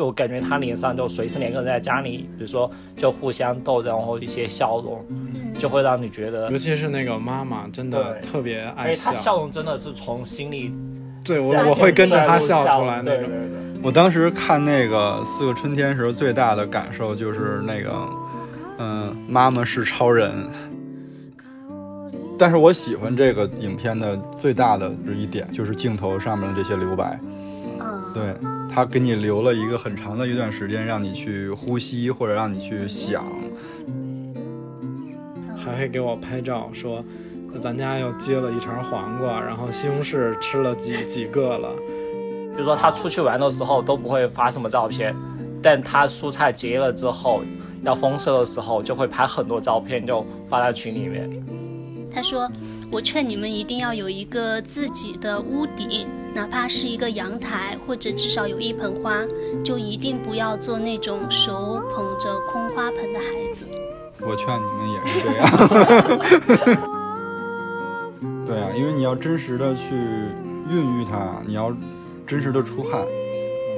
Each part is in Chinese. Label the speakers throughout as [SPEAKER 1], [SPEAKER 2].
[SPEAKER 1] 就感觉他脸上就随时两个人在家里，比如说就互相逗，然后一些笑容，就会让你觉得
[SPEAKER 2] 尤，其是那个妈妈，真的
[SPEAKER 1] 对
[SPEAKER 2] 特别
[SPEAKER 1] 哎，
[SPEAKER 2] 爱
[SPEAKER 1] 他笑容真的是从心里
[SPEAKER 2] 对我
[SPEAKER 1] 展现
[SPEAKER 2] 我会跟着
[SPEAKER 1] 出来
[SPEAKER 2] 她
[SPEAKER 1] 的
[SPEAKER 2] 笑
[SPEAKER 1] 笑
[SPEAKER 2] 出来
[SPEAKER 1] 对
[SPEAKER 2] 那
[SPEAKER 1] 对
[SPEAKER 2] 种。
[SPEAKER 1] 对。
[SPEAKER 3] 我当时看那个《四个春天》时候，最大的感受就是那个，嗯、妈妈是超人。但是我喜欢这个影片的最大的这一点，就是镜头上面的这些留白。
[SPEAKER 4] 嗯，
[SPEAKER 3] 对，它给你留了一个很长的一段时间，让你去呼吸，或者让你去想。
[SPEAKER 2] 还会给我拍照说，呃咱家又接了一茬黄瓜，然后西红柿吃了几几个了。
[SPEAKER 1] 比如说他出去玩的时候都不会发什么照片，但他蔬菜结了之后要丰收的时候就会拍很多照片，就发在群里面。
[SPEAKER 4] 他说：“我劝你们一定要有一个自己的屋顶，哪怕是一个阳台，或者至少有一盆花，就一定不要做那种手捧着空花盆的孩子。
[SPEAKER 3] 我劝你们也是这样。 对啊，因为你要真实的去孕育它，你要真实的出汗，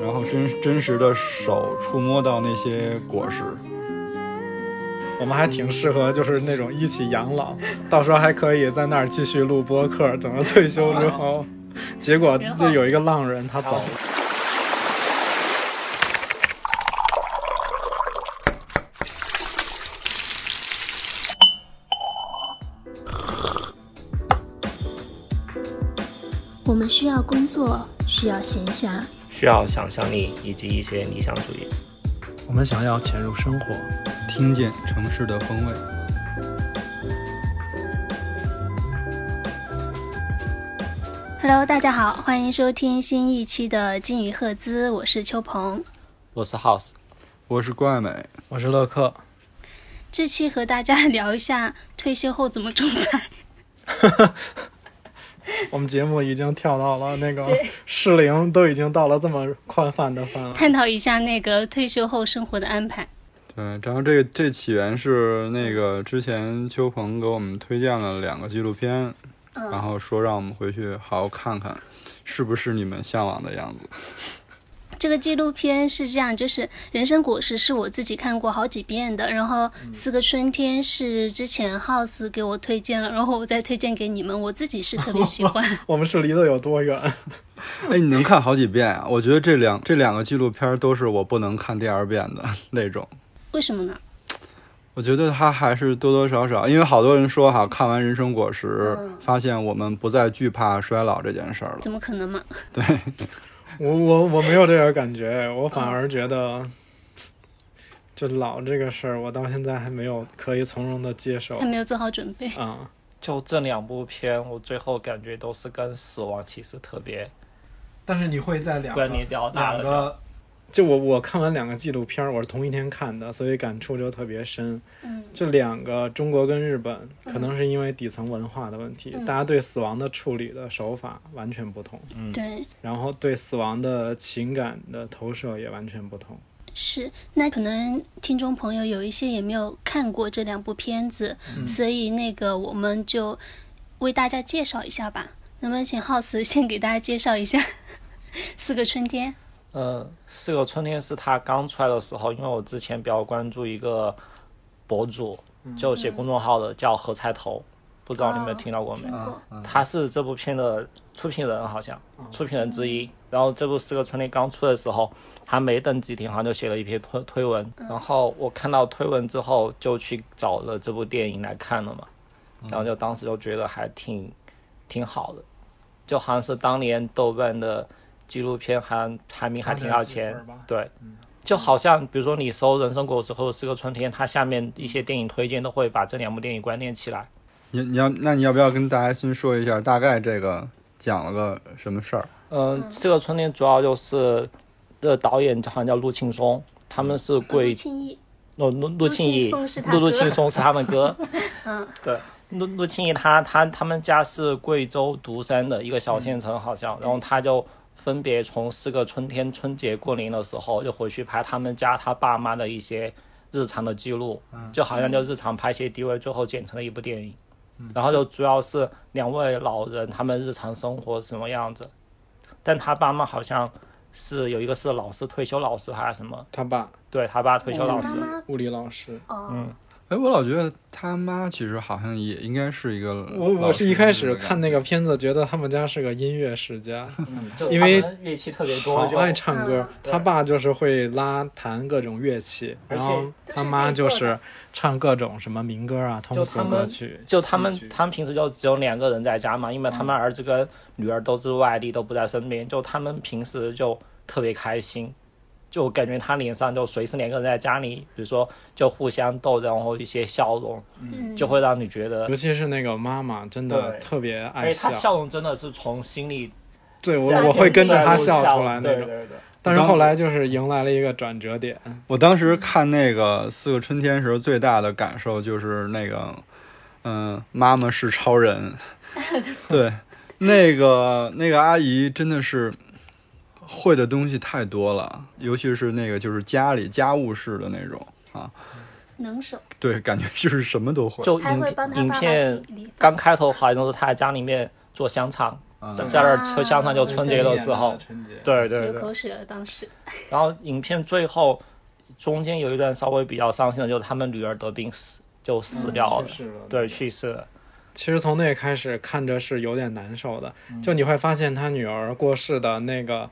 [SPEAKER 3] 然后真真实的手触摸到那些果实。
[SPEAKER 2] 我们还挺适合，就是那种一起养老，到时候还可以在那儿继续录播客。等到退休之后，结果
[SPEAKER 4] 然后
[SPEAKER 2] 就有一个浪人他走了。
[SPEAKER 4] 我们需要工作，需要闲暇，
[SPEAKER 1] 需要想象力以及一些理想主义。
[SPEAKER 2] 我们想要潜入生活，
[SPEAKER 3] 听见城市的风味。
[SPEAKER 4] Hello，大家好，欢迎收听新一期的《金鱼赫兹》，我是秋鹏。
[SPEAKER 1] 我是 House，
[SPEAKER 3] 我是怪美，
[SPEAKER 2] 我是乐克。
[SPEAKER 4] 这期和大家 聊一下退休后怎么种菜。
[SPEAKER 2] 我们节目已经跳到了那个适龄，都已经到了这么宽泛的范围。
[SPEAKER 4] 探讨一下那个退休后生活的安排。
[SPEAKER 3] 对，然后这个这起源是那个之前秋鹏给我们推荐了两个纪录片，然后说让我们回去好好看看，是不是你们向往的样子。
[SPEAKER 4] 这个纪录片是这样，就是《人生果实》是我自己看过好几遍的，然后《四个春天》是之前 House 给我推荐了，然后我再推荐给你们，我自己是特别喜 欢。
[SPEAKER 2] 我们是离得有多远？
[SPEAKER 3] 哎，你能看好几遍啊？我觉得这两这两个纪录片都是我不能看第二遍的 那种。
[SPEAKER 4] 为什么呢？
[SPEAKER 3] 我觉得它还是多多少少，因为好多人说哈，看完《人生果实》，发现我们不再惧怕衰老这件事儿了。
[SPEAKER 4] 怎么可能嘛？
[SPEAKER 2] 我我我没有这个感觉，我反而觉得，就老这个事儿，我到现在还没有可以从容的接受
[SPEAKER 4] 还。没有做好准备。
[SPEAKER 2] 啊、
[SPEAKER 1] 就这两部片，我最后感觉都是跟死亡其实特别
[SPEAKER 2] 但是你会在两
[SPEAKER 1] 关联比较大的。
[SPEAKER 2] 就我我看完两个纪录片儿，我是同一天看的，所以感触就特别深。
[SPEAKER 4] 嗯，
[SPEAKER 2] 这两个中国跟日本，可能是因为底层文化的问题，
[SPEAKER 4] 嗯
[SPEAKER 2] 大家对死亡的处理的手法完全不同，
[SPEAKER 4] 对，
[SPEAKER 2] 然后对死亡的情感的投射也完全不同。
[SPEAKER 4] 是。那可能听众朋友有一些也没有看过这两部片子，所以那个我们就为大家介绍一下吧。能不能请 House 先给大家介绍一下《 四个春天》？
[SPEAKER 1] 嗯，四个春天是他刚出来的时候，因为我之前比较关注一个博主，就写公众号的，叫何菜头，不知道你们有没有听到过没
[SPEAKER 4] 听？过。
[SPEAKER 1] 他是这部片的出品人，好像
[SPEAKER 2] 哦
[SPEAKER 1] 出品人之
[SPEAKER 2] 嗯
[SPEAKER 1] 一。然后这部《四个春天》刚出的时候，他没等几天，好像就写了一篇推推文。
[SPEAKER 2] 嗯
[SPEAKER 1] 然后我看到推文之后，就去找了这部电影来看了嘛。然后就当时就觉得还挺挺好的，就好像是当年豆瓣的纪录片还排名还挺靠前
[SPEAKER 2] 八十几分吧，嗯
[SPEAKER 1] 对。就好像，比如说你搜《人生果实》或者《四个春天》，它下面一些电影推荐都会把这两部电影关联起来。
[SPEAKER 3] 你你要那你要不要跟大家先说一下，大概这个讲了个什么事儿？
[SPEAKER 1] 嗯，这个春天主要就是的导演好像叫陆庆松，他们是
[SPEAKER 4] 嗯陆
[SPEAKER 1] 贵
[SPEAKER 4] 庆义，
[SPEAKER 1] 陆陆陆庆
[SPEAKER 4] 陆庆
[SPEAKER 1] 义
[SPEAKER 4] 松是他，
[SPEAKER 1] 陆陆
[SPEAKER 4] 哥
[SPEAKER 1] 庆松是他们 哥。嗯， 对，陆陆庆义他他他们家是贵州独山的一个小县城，好
[SPEAKER 4] 嗯
[SPEAKER 1] 像，然后他就分别从四个春天春节过年的时候，就回去拍他们家他爸妈的一些日常的记录，就好像就日常拍一些 DV，最后剪成了一部电影。然后就主要是两位老人他们日常生活什么样子，但他爸妈好像是有一个是老师退休老师还是什么，
[SPEAKER 2] 他爸
[SPEAKER 1] 对他爸退休老师
[SPEAKER 4] 妈，妈
[SPEAKER 2] 物理老师，
[SPEAKER 4] 哦，
[SPEAKER 3] 哎，我老觉得他妈其实好像也应该是一个
[SPEAKER 2] 我我
[SPEAKER 3] 老
[SPEAKER 2] 是
[SPEAKER 3] 师
[SPEAKER 2] 一开始
[SPEAKER 3] 的感
[SPEAKER 2] 看那个片子，觉得他们家是个音乐 世家，
[SPEAKER 1] 嗯就
[SPEAKER 2] 因为
[SPEAKER 1] 他们乐器特别
[SPEAKER 2] 好
[SPEAKER 1] 多，就
[SPEAKER 2] 爱唱歌。
[SPEAKER 1] 对
[SPEAKER 2] 他爸就是会拉弹各种乐器，
[SPEAKER 1] 嗯而
[SPEAKER 2] 然
[SPEAKER 1] 且
[SPEAKER 2] 后他妈就是唱各种什么民歌啊、通俗歌曲。
[SPEAKER 1] 就他们
[SPEAKER 2] 戏剧，
[SPEAKER 1] 他们平时就只有两个人在家嘛，因为他们儿子跟女儿都是外地，都不在身边。就他们平时就特别开心，就感觉他脸上就随时两个人在家里，比如说就互相逗，然后一些笑容，
[SPEAKER 4] 嗯，
[SPEAKER 1] 就会让你觉得
[SPEAKER 2] 尤，其是那个妈妈，真的
[SPEAKER 1] 对
[SPEAKER 2] 特别
[SPEAKER 1] 哎，
[SPEAKER 2] 爱
[SPEAKER 1] 他
[SPEAKER 2] 笑。
[SPEAKER 1] 笑容真的是从心里
[SPEAKER 2] 对我
[SPEAKER 1] 自然
[SPEAKER 2] 我会跟着他
[SPEAKER 1] 笑
[SPEAKER 2] 笑出来那
[SPEAKER 1] 对
[SPEAKER 2] 种。
[SPEAKER 1] 对对，
[SPEAKER 2] 但是后来就是迎来了一个转折点，
[SPEAKER 3] 我当时看那个《四个春天》时候，最大的感受就是那个，嗯、妈妈是 超人，对，那个那个阿姨真的是会的东西太多了，尤其是那个就是家里家务事的那种啊，
[SPEAKER 4] 能手，
[SPEAKER 3] 对，感觉就是什么都会。
[SPEAKER 1] 就
[SPEAKER 4] 还会帮
[SPEAKER 1] 哦影
[SPEAKER 4] 他
[SPEAKER 1] 影
[SPEAKER 4] 爸爸
[SPEAKER 1] 片
[SPEAKER 4] 理理发
[SPEAKER 1] 刚开头好像都是他在家里面做香肠，
[SPEAKER 2] 啊
[SPEAKER 1] 在在那儿吃香肠，就春节的时候，对对
[SPEAKER 4] 流
[SPEAKER 1] 对。
[SPEAKER 4] 口水了，当时
[SPEAKER 1] 然后影片最后中间有一段稍微比较伤心的，就是他们女儿得病死，就死掉
[SPEAKER 2] 嗯
[SPEAKER 1] 了，对，去世了。
[SPEAKER 2] 其实从那开始看着是有点难受的，
[SPEAKER 1] 嗯
[SPEAKER 2] 就你会发现他女儿过世的那个，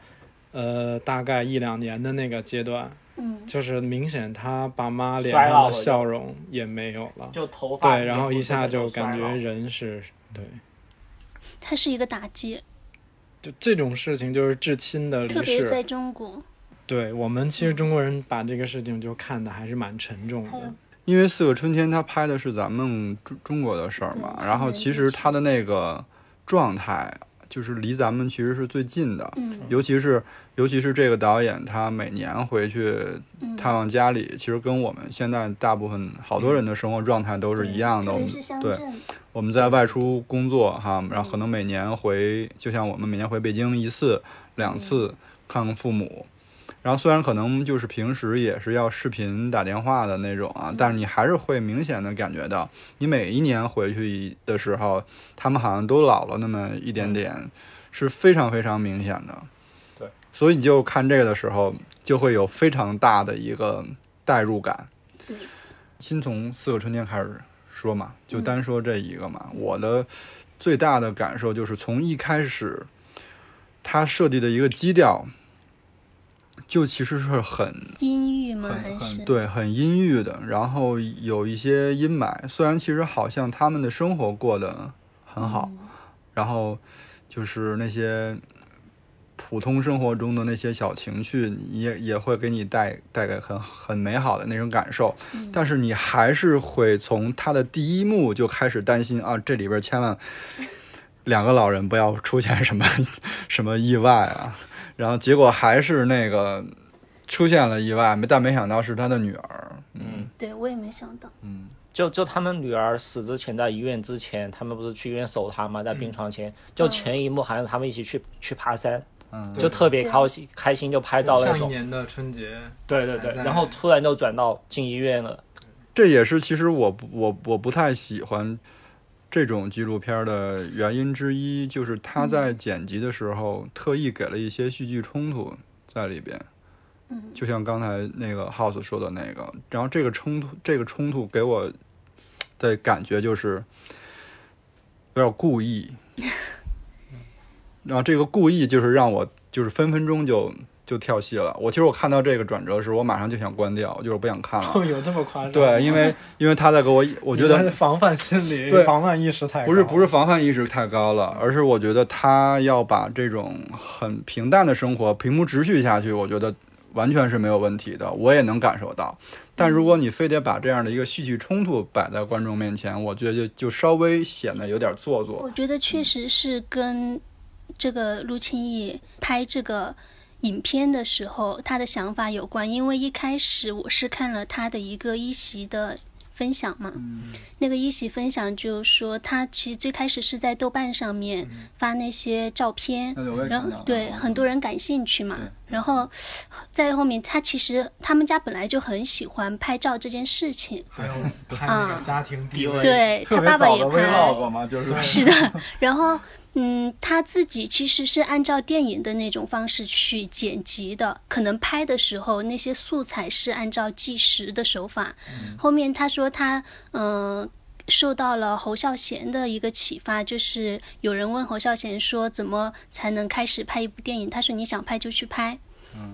[SPEAKER 2] 呃，大概一两年的那个阶段，
[SPEAKER 4] 嗯，
[SPEAKER 2] 就是明显他爸妈脸
[SPEAKER 1] 衰
[SPEAKER 2] 上
[SPEAKER 1] 老
[SPEAKER 2] 的
[SPEAKER 1] 了就
[SPEAKER 2] 笑容也没有了，
[SPEAKER 1] 就头发
[SPEAKER 2] 对，然后一下就感觉人是，对，
[SPEAKER 4] 它是一个打击，
[SPEAKER 2] 就这种事情就是至亲的
[SPEAKER 4] 特
[SPEAKER 2] 离
[SPEAKER 4] 别在嗯
[SPEAKER 2] 世，
[SPEAKER 4] 中国，
[SPEAKER 2] 对我们其实中国人把这个事情就看的还是蛮沉重
[SPEAKER 4] 还有
[SPEAKER 2] 的，
[SPEAKER 3] 因为《四个春天》它拍的是咱们中中国的事儿嘛，
[SPEAKER 4] 对
[SPEAKER 3] 然后
[SPEAKER 4] 是的
[SPEAKER 3] 其实它的那个状态就是离咱们其实是最近的，
[SPEAKER 4] 嗯
[SPEAKER 3] 尤其是尤其是这个导演，他每年回去
[SPEAKER 4] 嗯，
[SPEAKER 3] 探望家里，其实跟我们现在大部分好多人的生活状态都是一样
[SPEAKER 4] 特
[SPEAKER 3] 的。我
[SPEAKER 4] 别
[SPEAKER 3] 们
[SPEAKER 4] 是乡
[SPEAKER 3] 对，
[SPEAKER 4] 镇，
[SPEAKER 3] 我们在外出工作哈，然后可能每年回，就像我们每年回北京一次、两次看看父母。然后虽然可能就是平时也是要视频打电话的那种啊，但是你还是会明显的感觉到，你每一年回去的时候，他们好像都老了那么一点点，是非常非常明显的。
[SPEAKER 1] 对，
[SPEAKER 3] 所以你就看这个的时候，就会有非常大的一个代入感。
[SPEAKER 4] 对，
[SPEAKER 3] 先从四个春天开始说嘛，就单说这一个嘛。我的最大的感受就是从一开始，它设计的一个基调，就其实是很
[SPEAKER 4] 阴郁吗？还
[SPEAKER 3] 很
[SPEAKER 4] 是
[SPEAKER 3] 很对，很阴郁的，然后有一些阴霾。虽然其实好像他们的生活过得很好，
[SPEAKER 4] 嗯
[SPEAKER 3] 然后就是那些普通生活中的那些小情绪，你也也会给你带带给很很美好的那种感受。
[SPEAKER 4] 嗯
[SPEAKER 3] 但是你还是会从他的第一幕就开始担心啊，这里边儿千万两个老人不要出现什么 什么意外啊。然后结果还是那个出现了意外，没但没想到是他的女儿。嗯
[SPEAKER 4] 对我也没想到，
[SPEAKER 3] 嗯，
[SPEAKER 1] 就就他们女儿死之前，在医院之前，他们不是去医院守她吗？在病床
[SPEAKER 2] 嗯
[SPEAKER 1] 前，就前一幕好像他们一起去去爬山，
[SPEAKER 3] 嗯
[SPEAKER 1] 就特别开心开心，就拍照那种。
[SPEAKER 2] 年的春节，
[SPEAKER 1] 对对对，
[SPEAKER 2] 啊还在
[SPEAKER 1] 然后突然就转到进医院了。
[SPEAKER 3] 这也是其实我不我我不太喜欢这种纪录片的原因之一，就是他在剪辑的时候特意给了一些戏剧冲突在里边。
[SPEAKER 4] 嗯
[SPEAKER 3] 就像刚才那个 House 说的那个，然后这个冲突，这个冲突给我的感觉就是有点故意，然后这个故意就是让我就是分分钟就就跳戏了。我其实我看到这个转折的时候，我马上就想关掉，就是不想看 了。
[SPEAKER 2] 有这么夸张？
[SPEAKER 3] 对，因为因为他在给我，我 觉
[SPEAKER 2] 你
[SPEAKER 3] 得
[SPEAKER 2] 的防范心理
[SPEAKER 3] 对、
[SPEAKER 2] 防范意识太高
[SPEAKER 3] 不是不是防范意识太高了，而是我觉得他要把这种很平淡的生活平铺直叙下去，我觉得完全是没有问题的，我也能感受到。但如果你非得把这样的一个戏剧冲突摆在观众面前，我觉得就就稍微显得有点做作。
[SPEAKER 4] 我觉得确实是跟这个陆庆义拍这个影片的时候他的想法有关，因为一开始我是看了他的一个一席的分享嘛，那个一席分享就是说他其实最开始是在豆瓣上面发那些照片，
[SPEAKER 3] 呃
[SPEAKER 4] 然后对很多人感兴趣嘛，然后在后面他其实他们家本来就很喜欢拍照这件事情，
[SPEAKER 2] 还有拍那
[SPEAKER 4] 啊
[SPEAKER 1] 嗯
[SPEAKER 2] 个家庭地
[SPEAKER 1] 地位
[SPEAKER 2] 位，
[SPEAKER 4] 对他爸爸也拍，
[SPEAKER 3] 嘛，就是
[SPEAKER 4] 是的，然后嗯，他自己其实是按照电影的那种方式去剪辑的，可能拍的时候那些素材是按照纪实的手法。后面他说他嗯、呃受到了侯孝贤的一个启发，就是有人问侯孝贤说怎么才能开始拍一部电影，他说你想拍就去拍，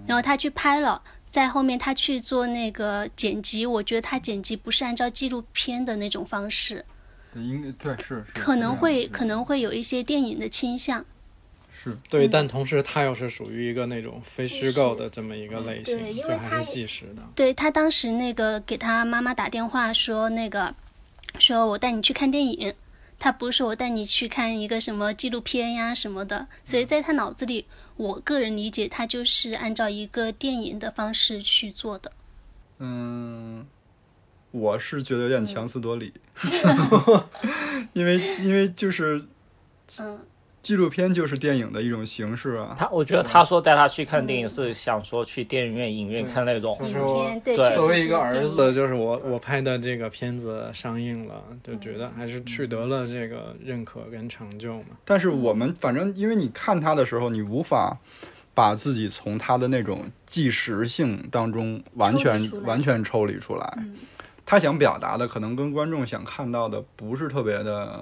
[SPEAKER 4] 然后他去拍了。在后面他去做那个剪辑，我觉得他剪辑不是按照纪录片的那种方式，
[SPEAKER 3] 应该对是是
[SPEAKER 4] 可能会
[SPEAKER 3] 是
[SPEAKER 4] 可能会有一些电影的倾向。
[SPEAKER 3] 是
[SPEAKER 2] 对，
[SPEAKER 4] 嗯
[SPEAKER 2] 但同时它又是属于一个那种非
[SPEAKER 4] 纪
[SPEAKER 2] 虚构
[SPEAKER 4] 实
[SPEAKER 2] 的这么一个类
[SPEAKER 4] 嗯对
[SPEAKER 2] 型，
[SPEAKER 4] 因
[SPEAKER 2] 就
[SPEAKER 4] 为
[SPEAKER 2] 还
[SPEAKER 4] 它
[SPEAKER 2] 是
[SPEAKER 4] 也
[SPEAKER 2] 纪实的。
[SPEAKER 4] 对他当时那个给他妈妈打电话说那个，说我带你去看电影，他不是说我带你去看一个什么纪录片呀什么的，所以在他脑子里，我个人理解他就是按照一个电影的方式去做的。
[SPEAKER 3] 嗯，我是觉得有点
[SPEAKER 4] 嗯
[SPEAKER 3] 强词夺理， 因为因为就是
[SPEAKER 4] 嗯，
[SPEAKER 3] 纪录片就是电影的一种形式啊。
[SPEAKER 1] 他我觉得他说带他去看电影是想说去电影院、影院看那种
[SPEAKER 2] 嗯对，
[SPEAKER 4] 影
[SPEAKER 2] 就是我
[SPEAKER 4] 片对，
[SPEAKER 1] 对
[SPEAKER 4] 确实
[SPEAKER 2] 作为
[SPEAKER 4] 是
[SPEAKER 2] 一个儿
[SPEAKER 4] 电影
[SPEAKER 2] 子，就是我我拍的这个片子上映了，就
[SPEAKER 4] 嗯
[SPEAKER 2] 觉得还是取得了这个认可跟成就嘛。
[SPEAKER 3] 但是我们反正因为你看它的时候，你无法把自己从它的那种纪实性当中完
[SPEAKER 4] 抽离出
[SPEAKER 3] 全
[SPEAKER 4] 来嗯
[SPEAKER 3] 完全抽离出来。他想表达的可能跟观众想看到的不是特别的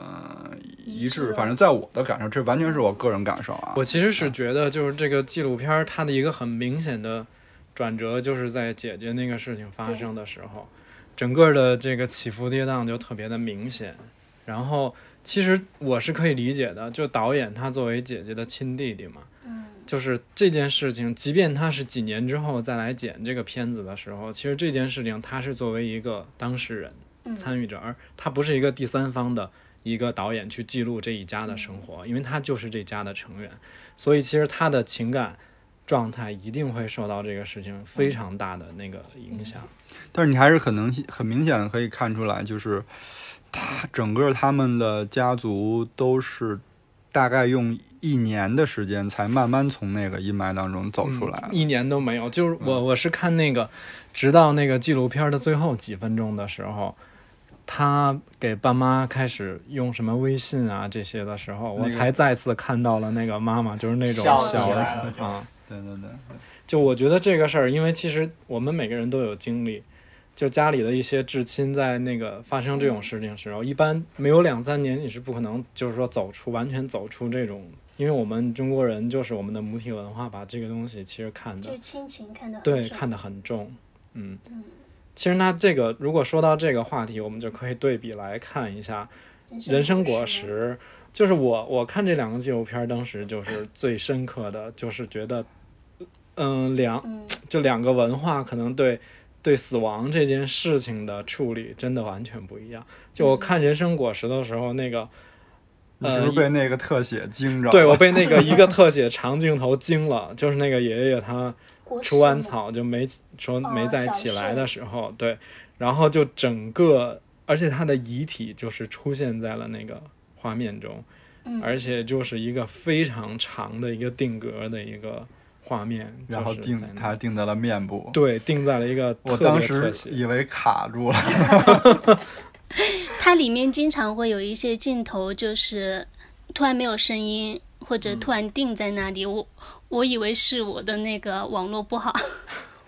[SPEAKER 3] 一
[SPEAKER 4] 一
[SPEAKER 3] 致，
[SPEAKER 4] 致啊
[SPEAKER 3] 反正在我的感受，这完全是我个人感受啊。
[SPEAKER 2] 我其实是觉得，就是这个纪录片儿它的一个很明显的转折，就是在解决那个事情发生的时候，整个的这个起伏跌宕就特别的明显。然后，其实我是可以理解的，就导演他作为姐姐的亲弟弟嘛，
[SPEAKER 4] 嗯
[SPEAKER 2] 就是这件事情，即便他是几年之后再来剪这个片子的时候，其实这件事情他是作为一个当事人、参与者，而他不是一个第三方的一个导演去记录这一家的生活，因为他就是这家的成员，所以其实他的情感状态一定会受到这个事情非常大的那个影响。
[SPEAKER 3] 但是你还是很能很明显地可以看出来，就是他整个他们的家族都是大概用一年的时间才慢慢从那个阴霾当中走
[SPEAKER 2] 嗯
[SPEAKER 3] 出来嗯的。
[SPEAKER 2] 一年都没有。就是我我是看那个，直到那个纪录片的最后几分钟的时候，他给爸妈开始用什么微信啊这些的时候，
[SPEAKER 3] 那
[SPEAKER 2] 我
[SPEAKER 3] 个
[SPEAKER 2] 才再次看到了那个妈妈，就是那种
[SPEAKER 1] 笑
[SPEAKER 2] 小
[SPEAKER 1] 起
[SPEAKER 2] 人
[SPEAKER 1] 来了就
[SPEAKER 2] 啊。
[SPEAKER 3] 对对对，
[SPEAKER 2] 就我觉得这个事儿，因为其实我们每个人都有经历。就家里的一些至亲，在那个发生这种事情的时候，
[SPEAKER 3] 嗯
[SPEAKER 2] 一般没有两三年，你是不可能就是说走出完全走出这种，因为我们中国人就是我们的母体文化，把这个东西其实看的
[SPEAKER 4] 就亲情看的
[SPEAKER 2] 对，看得很重，嗯。其实那这个，如果说到这个话题，我们就可以对比来看一下《人生果实》，就是我我看这两个纪录片儿，当时就是最深刻的，就是觉得，嗯，两
[SPEAKER 4] 嗯
[SPEAKER 2] 就两个文化可能对对死亡这件事情的处理真的完全不一样。就我看《人生果实》的时候，那个
[SPEAKER 3] 你是不
[SPEAKER 2] 呃
[SPEAKER 3] 是被那个特写惊着了？
[SPEAKER 2] 对我被那个一个特写长镜头惊了，就是那个爷爷他。除完，草就没说没
[SPEAKER 4] 哦
[SPEAKER 2] 再
[SPEAKER 4] 小
[SPEAKER 2] 起来
[SPEAKER 4] 睡
[SPEAKER 2] 的时候，对，然后就整个，而且他的遗体就是出现在了那个画面中，
[SPEAKER 4] 嗯
[SPEAKER 2] 而且就是一个非常长的一个定格的一个画面，
[SPEAKER 3] 然后
[SPEAKER 2] 就是
[SPEAKER 3] 定
[SPEAKER 2] 在那
[SPEAKER 3] 他定在了面部。
[SPEAKER 2] 对定在了一个特
[SPEAKER 3] 我
[SPEAKER 2] 别
[SPEAKER 3] 当
[SPEAKER 2] 特
[SPEAKER 3] 时
[SPEAKER 2] 写
[SPEAKER 3] 以为卡住了，
[SPEAKER 4] 它里面经常会有一些镜头，就是突然没有声音，或者突然定在那
[SPEAKER 2] 嗯
[SPEAKER 4] 里。我我以为是我的那个网络不好，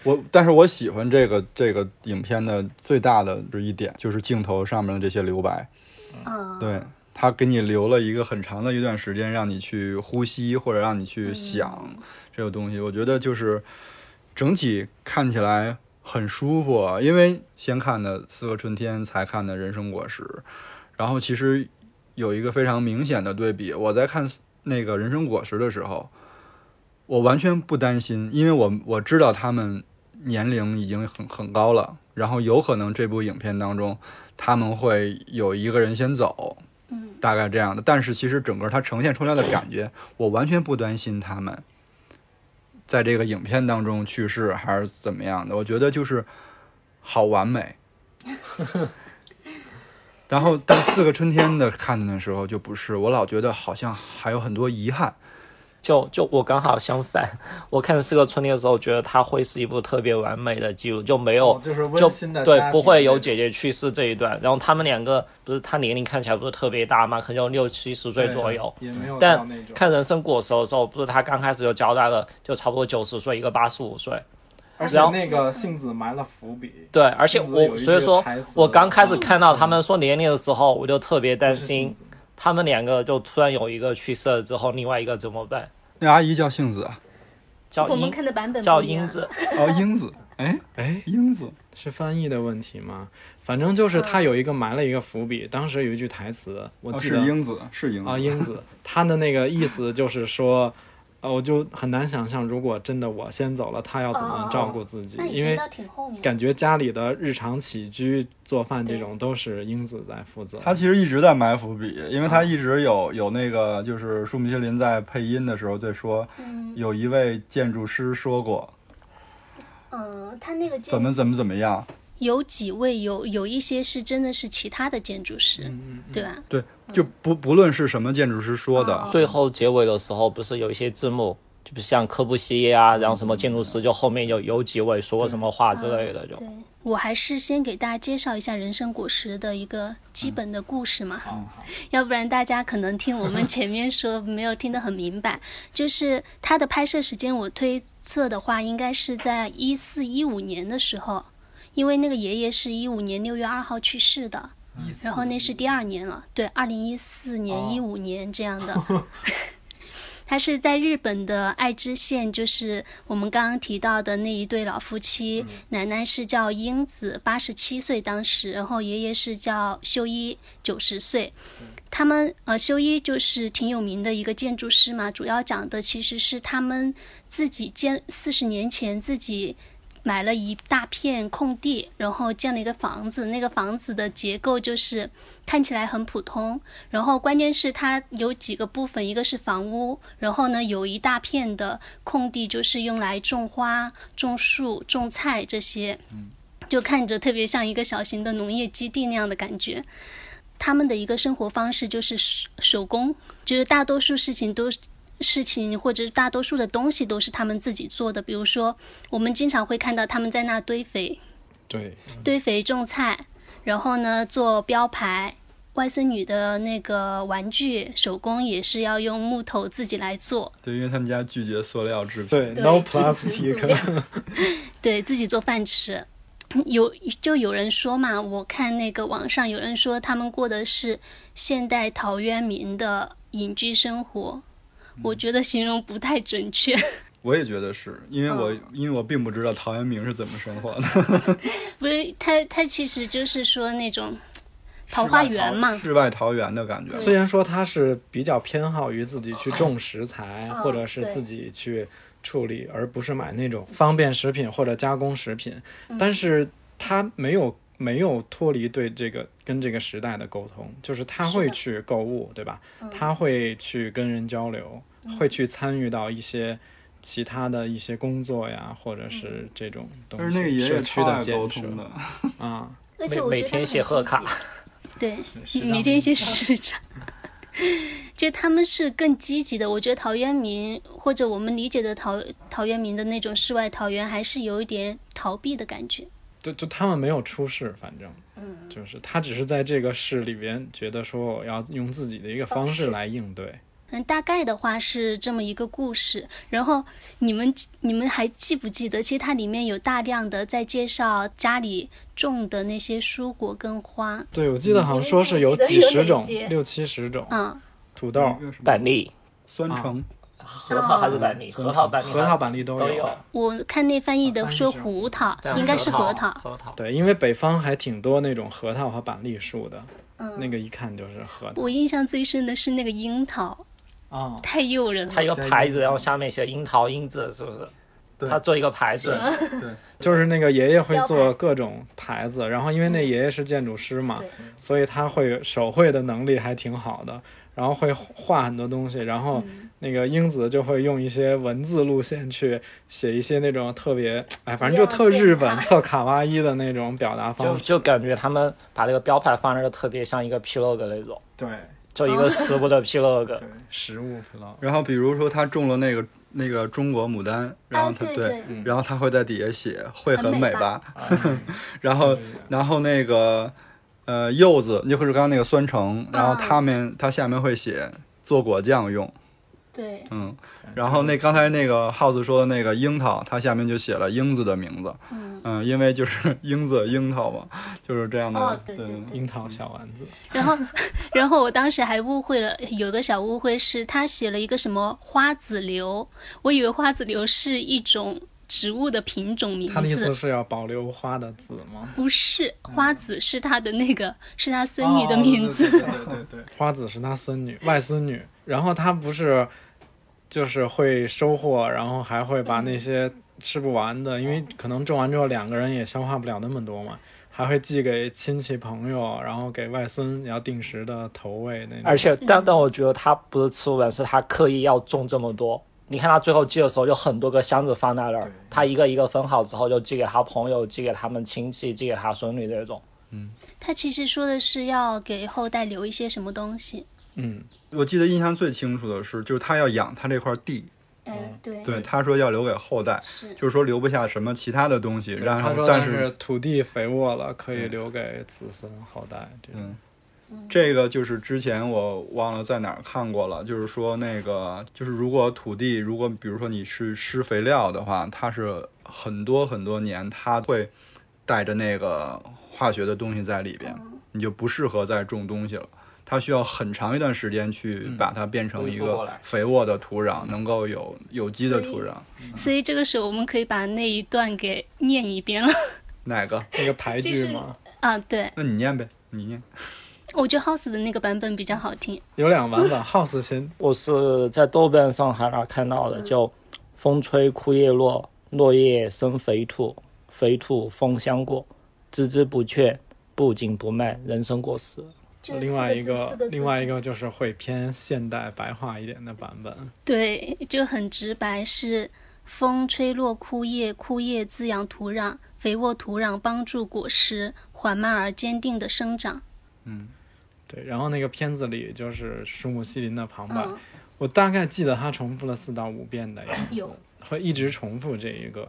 [SPEAKER 3] 我但是我喜欢这个这个影片的最大的这一点就是镜头上面的这些留白，
[SPEAKER 4] 嗯，
[SPEAKER 3] 对，它给你留了一个很长的一段时间，让你去呼吸或者让你去想这个东西。我觉得就是整体看起来很舒服，啊因为先看的《四个春天》，才看的《人生果实》，然后其实有一个非常明显的对比。我在看那个《人生果实》的时候，我完全不担心，因为我我知道他们年龄已经很很高了，然后有可能这部影片当中他们会有一个人先走，
[SPEAKER 4] 嗯，
[SPEAKER 3] 大概这样的。但是其实整个它呈现出来的感觉， 我完全不担心他们在这个影片当中去世还是怎么样的。我觉得就是好完美。 然后，但四个春天的看的时候就不是，我老觉得好像还有很多遗憾，
[SPEAKER 1] 就就我刚好相反，我看《四个春天》的时候，觉得它会是一部特别完美的记录，就没有、
[SPEAKER 2] 哦就是
[SPEAKER 1] 就
[SPEAKER 2] 温馨的
[SPEAKER 1] 对
[SPEAKER 2] 家，
[SPEAKER 1] 不
[SPEAKER 2] 庭
[SPEAKER 1] 会
[SPEAKER 2] 那
[SPEAKER 1] 有
[SPEAKER 2] 种
[SPEAKER 1] 姐姐去世这一段。然后他们两个不是他年龄看起来不是特别大嘛，可能就六七十岁
[SPEAKER 2] 对
[SPEAKER 1] 左右。
[SPEAKER 2] 也没有到
[SPEAKER 1] 但
[SPEAKER 2] 那种
[SPEAKER 1] 看《人生果实》的时候，不是他刚开始就交代了，就差不多九十岁，一个八十五岁。
[SPEAKER 2] 而且
[SPEAKER 1] 然后
[SPEAKER 2] 那个杏子埋了伏笔，
[SPEAKER 1] 对，而且
[SPEAKER 2] 杏子有
[SPEAKER 1] 我
[SPEAKER 2] 一
[SPEAKER 1] 所以
[SPEAKER 2] 句
[SPEAKER 1] 说
[SPEAKER 2] 台词
[SPEAKER 1] 我刚开始
[SPEAKER 2] 是
[SPEAKER 1] 看到他们说年龄的时候，我就特别担
[SPEAKER 2] 是杏
[SPEAKER 1] 心
[SPEAKER 2] 子
[SPEAKER 1] 他们两个就突然有一个去世了之后，另外一个怎么办？
[SPEAKER 3] 那阿姨叫杏子啊，
[SPEAKER 1] 叫
[SPEAKER 4] 我们
[SPEAKER 1] 英
[SPEAKER 4] 看的版本
[SPEAKER 1] 叫
[SPEAKER 4] 不一样
[SPEAKER 1] 英，子，
[SPEAKER 3] 哦，英子，哎，
[SPEAKER 2] 哎，
[SPEAKER 3] 英子，
[SPEAKER 2] 是翻译的问题吗？反正就是
[SPEAKER 4] 嗯
[SPEAKER 2] 他有一个埋了一个伏笔，当时有一句台词，我
[SPEAKER 3] 哦，
[SPEAKER 2] 记
[SPEAKER 3] 是
[SPEAKER 2] 得
[SPEAKER 3] 英子，是英子
[SPEAKER 2] 啊，英子，他的那个意思就是说，呃，我就很难想象，如果真的我先走了，他要怎么照顾自己，
[SPEAKER 4] 哦那已
[SPEAKER 2] 因
[SPEAKER 4] 经
[SPEAKER 2] 为
[SPEAKER 4] 到挺后面了。
[SPEAKER 2] 感觉家里的日常起居、做饭这种都是英子来负责。
[SPEAKER 3] 他其实一直在埋伏笔，因为他
[SPEAKER 4] 嗯
[SPEAKER 3] 一直有有那个，就是舒米切林在配音的时候在说，有一位建筑师说过
[SPEAKER 4] 嗯，他那个建
[SPEAKER 3] 怎么怎么怎么样。
[SPEAKER 4] 有几位有有一些是真的是其他的建筑
[SPEAKER 2] 嗯
[SPEAKER 4] 师，对吧？
[SPEAKER 3] 对，就不不论是什么建筑师说的，
[SPEAKER 4] 嗯
[SPEAKER 1] 最后结尾的时候不是有一些字幕，就不像科布西耶啊，然后什么建筑师，就后面有有几位说过什么话之类的，就
[SPEAKER 4] 对，我还是先给大家介绍一下人参果实的一个基本的故事嘛，要不然大家可能听我们前面说没有听得很明白。就是它的拍摄时间，我推测的话应该是在一四一五年的时候，因为那个爷爷是一五年六月二号去世的。然后那是第二年了，对，二零一四年、一五年这样的。他是在日本的爱知县，就是我们刚刚提到的那一对老夫妻，奶奶是叫英子，八十七岁当时，然后爷爷是叫修一，九十岁。他们呃，修一就是挺有名的一个建筑师嘛，主要讲的其实是他们自己建，四十年前自己买了一大片空地，然后建了一个房子。那个房子的结构就是看起来很普通，然后关键是它有几个部分，一个是房屋，然后呢有一大片的空地就是用来种花、种树、种菜这些，就看着特别像一个小型的农业基地那样的感觉。他们的一个生活方式就是手手工，就是大多数事情都事情或者是大多数的东西都是他们自己做的，比如说我们经常会看到他们在那堆肥、
[SPEAKER 2] 对，
[SPEAKER 4] 堆肥种菜，然后呢做标牌。外孙女的那个玩具手工也是要用木头自己来做，
[SPEAKER 3] 对，因为他们家拒绝塑料制品。
[SPEAKER 2] 对 n o
[SPEAKER 4] 自己塑料
[SPEAKER 2] plastic，
[SPEAKER 4] 对自己做饭吃。有就有人说嘛，我看那个网上有人说他们过的是现代陶渊明的隐居生活，我觉得形容不太准确。
[SPEAKER 3] 我也觉得是因为
[SPEAKER 4] 嗯
[SPEAKER 3] 我、因为我并不知道陶渊明是怎么生活的，
[SPEAKER 4] 不是他，他其实就是说那种桃花源嘛，
[SPEAKER 3] 世外桃源的感觉。
[SPEAKER 2] 虽然说他是比较偏好于自己去种食材，或者是
[SPEAKER 4] 对
[SPEAKER 2] 自己去处理，而不是买那种方便食品或者加工食品，但是他没有没有脱离对这个跟这个时代的沟通，就是他会去购物，对吧？他会去跟人交流，会去参与到一些。其他的一些工作呀，或者是这种东
[SPEAKER 3] 但
[SPEAKER 2] 西，
[SPEAKER 3] 是那个爷
[SPEAKER 2] 社
[SPEAKER 3] 爷
[SPEAKER 2] 区
[SPEAKER 3] 超
[SPEAKER 2] 的
[SPEAKER 3] 爱
[SPEAKER 2] 建
[SPEAKER 3] 沟
[SPEAKER 2] 设
[SPEAKER 3] 通的，
[SPEAKER 2] 啊，
[SPEAKER 4] 而且
[SPEAKER 1] 每
[SPEAKER 4] 我觉
[SPEAKER 1] 每
[SPEAKER 4] 得他
[SPEAKER 1] 天
[SPEAKER 4] 们
[SPEAKER 1] 写贺
[SPEAKER 4] 很
[SPEAKER 1] 卡
[SPEAKER 4] 积极，对，
[SPEAKER 2] 是
[SPEAKER 4] 每天写市 长，就他们是更积极的。我觉得陶渊明或者我们理解的陶陶渊明的那种世外桃源，还是有一点逃避的感觉。
[SPEAKER 2] 就就他们没有出世，反正，嗯，就是他只是在这个世里边觉得说我要用自己的一个方式来应对，
[SPEAKER 4] 嗯，大概的话是这么一个故事。然后你们你们还记不记得？其实它里面有大量的在介绍家里种的那些蔬果跟花。
[SPEAKER 2] 对我记得好像说是有几十种，六七十种
[SPEAKER 4] 嗯，
[SPEAKER 2] 土豆
[SPEAKER 3] 一、个什么
[SPEAKER 1] 板栗、
[SPEAKER 3] 酸橙，
[SPEAKER 1] 核桃
[SPEAKER 4] 哦
[SPEAKER 1] 还是板栗，核桃、板栗、
[SPEAKER 2] 核桃、板栗都
[SPEAKER 1] 都有，
[SPEAKER 4] 我看那翻译
[SPEAKER 2] 啊
[SPEAKER 4] 的
[SPEAKER 2] 翻译
[SPEAKER 4] 说
[SPEAKER 2] 是
[SPEAKER 4] 胡桃，
[SPEAKER 1] 但
[SPEAKER 4] 应该是啊核桃。
[SPEAKER 1] 核桃。
[SPEAKER 2] 对，因为北方还挺多那种核桃和板栗树的，那个一看就是核桃
[SPEAKER 4] 我印象最深的是那个樱桃，
[SPEAKER 2] 啊，
[SPEAKER 4] 太诱人
[SPEAKER 1] 它
[SPEAKER 4] 了。
[SPEAKER 1] 有个牌子，然后下面写樱桃、樱子，是不是？
[SPEAKER 3] 对
[SPEAKER 1] 它做一个牌子，
[SPEAKER 2] 就是那个爷爷会
[SPEAKER 4] 标嗯
[SPEAKER 2] 做各种牌子，然后因为那爷爷是建筑师嘛嗯
[SPEAKER 4] 对，
[SPEAKER 2] 所以他会手绘的能力还挺好的，然后会画很多东西，然后
[SPEAKER 4] 嗯
[SPEAKER 2] 那个英子就会用一些文字路线去写一些那种特别，哎，反正就特日本、特卡哇伊的那种表达
[SPEAKER 1] 就
[SPEAKER 2] 方式。
[SPEAKER 1] 就感觉他们把这个标牌放那儿，特别像一个 P log 那种。
[SPEAKER 2] 对，
[SPEAKER 1] 就
[SPEAKER 4] 哦
[SPEAKER 1] 一个食物的 vlog，
[SPEAKER 2] 对，食物 vlog，
[SPEAKER 3] 然后比如说他中了那个那个中国牡丹，然后
[SPEAKER 4] 啊
[SPEAKER 3] 他、
[SPEAKER 4] 对对
[SPEAKER 2] 嗯
[SPEAKER 3] 然后他会在底下写会
[SPEAKER 4] 很
[SPEAKER 3] 很
[SPEAKER 4] 美
[SPEAKER 3] 美
[SPEAKER 4] 吧
[SPEAKER 3] 吧，
[SPEAKER 2] 哎
[SPEAKER 3] 然后然后那个呃柚子，就是刚刚那个酸橙，然后
[SPEAKER 4] 啊
[SPEAKER 3] 他们他下面会写做果酱用，
[SPEAKER 4] 对，
[SPEAKER 3] 嗯，然后那刚才那个耗子说的那个樱桃，它下面就写了英子的名字，
[SPEAKER 4] 嗯。
[SPEAKER 3] 嗯，因为就是英子樱桃嘛， 就是这样的，
[SPEAKER 4] 哦对对对
[SPEAKER 2] 樱桃小丸子，
[SPEAKER 4] 然后，然后我当时还误会了，有个小误会是他写了一个什么花子榴，我以为花子榴是一种植物的品种名
[SPEAKER 2] 他的意思
[SPEAKER 4] 字，
[SPEAKER 2] 是要保留花的籽吗？
[SPEAKER 4] 不是花子是他的那个是他孙女的名字。
[SPEAKER 2] 哦对对对对对， 花子是他孙女外孙女，然后他不是就是会收获，然后还会把那些吃不完的，因为可能种完之后两个人也消化不了那么多嘛，还会寄给亲戚朋友，然后给外孙也要定时的投喂那种。
[SPEAKER 1] 而且但但我觉得他不是吃不完，是他刻意要种这么多。你看他最后寄的时候，有很多个箱子放在那儿，他一个一个分好之后，就寄给他朋友，寄给他们亲戚，寄给他孙女这种。
[SPEAKER 4] 他其实说的是要给后代留一些什么东西。
[SPEAKER 2] 嗯，
[SPEAKER 3] 我记得印象最清楚的是，就是他要养他这块地，
[SPEAKER 2] 哦
[SPEAKER 4] 嗯，对，
[SPEAKER 3] 对，他说要留给后代，
[SPEAKER 4] 是
[SPEAKER 3] 就是说留不下什么其他的东西，
[SPEAKER 2] 对
[SPEAKER 3] 然
[SPEAKER 2] 他
[SPEAKER 3] 后
[SPEAKER 2] 说
[SPEAKER 3] 但
[SPEAKER 2] 是
[SPEAKER 3] 是
[SPEAKER 2] 土地肥沃了，可以留给子孙后代这种。
[SPEAKER 3] 嗯这个就是之前我忘了在哪儿看过了，就是说那个就是如果土地如果比如说你是施肥料的话，它是很多很多年它会带着那个化学的东西在里边，你就不适合再种东西了。它需要很长一段时间去把它变成
[SPEAKER 1] 嗯恢
[SPEAKER 3] 一
[SPEAKER 1] 复过
[SPEAKER 3] 个
[SPEAKER 1] 来
[SPEAKER 3] 肥沃的土壤，能够有有机的土壤。
[SPEAKER 4] 所以这个时候我们可以把那一段给念一遍了。
[SPEAKER 3] 哪个？
[SPEAKER 2] 那个牌
[SPEAKER 4] 这
[SPEAKER 2] 句
[SPEAKER 4] 是
[SPEAKER 2] 嘛，
[SPEAKER 4] 啊，对，
[SPEAKER 3] 那你念呗，你念。
[SPEAKER 4] 我觉得 House 的那个版本比较好听。
[SPEAKER 2] 有两个版 本，House 先
[SPEAKER 1] 我是在豆瓣上还哪看到的，叫“风吹枯叶落，落叶生肥土，肥土丰香果，孜孜不倦，不紧不慢，人生果实
[SPEAKER 2] 另外一个，另外一个就是会偏现代白话一点的版本。
[SPEAKER 4] 对，就很直白，是风吹落枯叶，枯叶滋养土壤，肥沃土壤帮助果实缓慢而坚定的生长。
[SPEAKER 2] 对，然后那个片子里就是树木希林的旁白，我大概记得他重复了四到五遍的样子
[SPEAKER 4] 有，
[SPEAKER 2] 会一直重复这一个。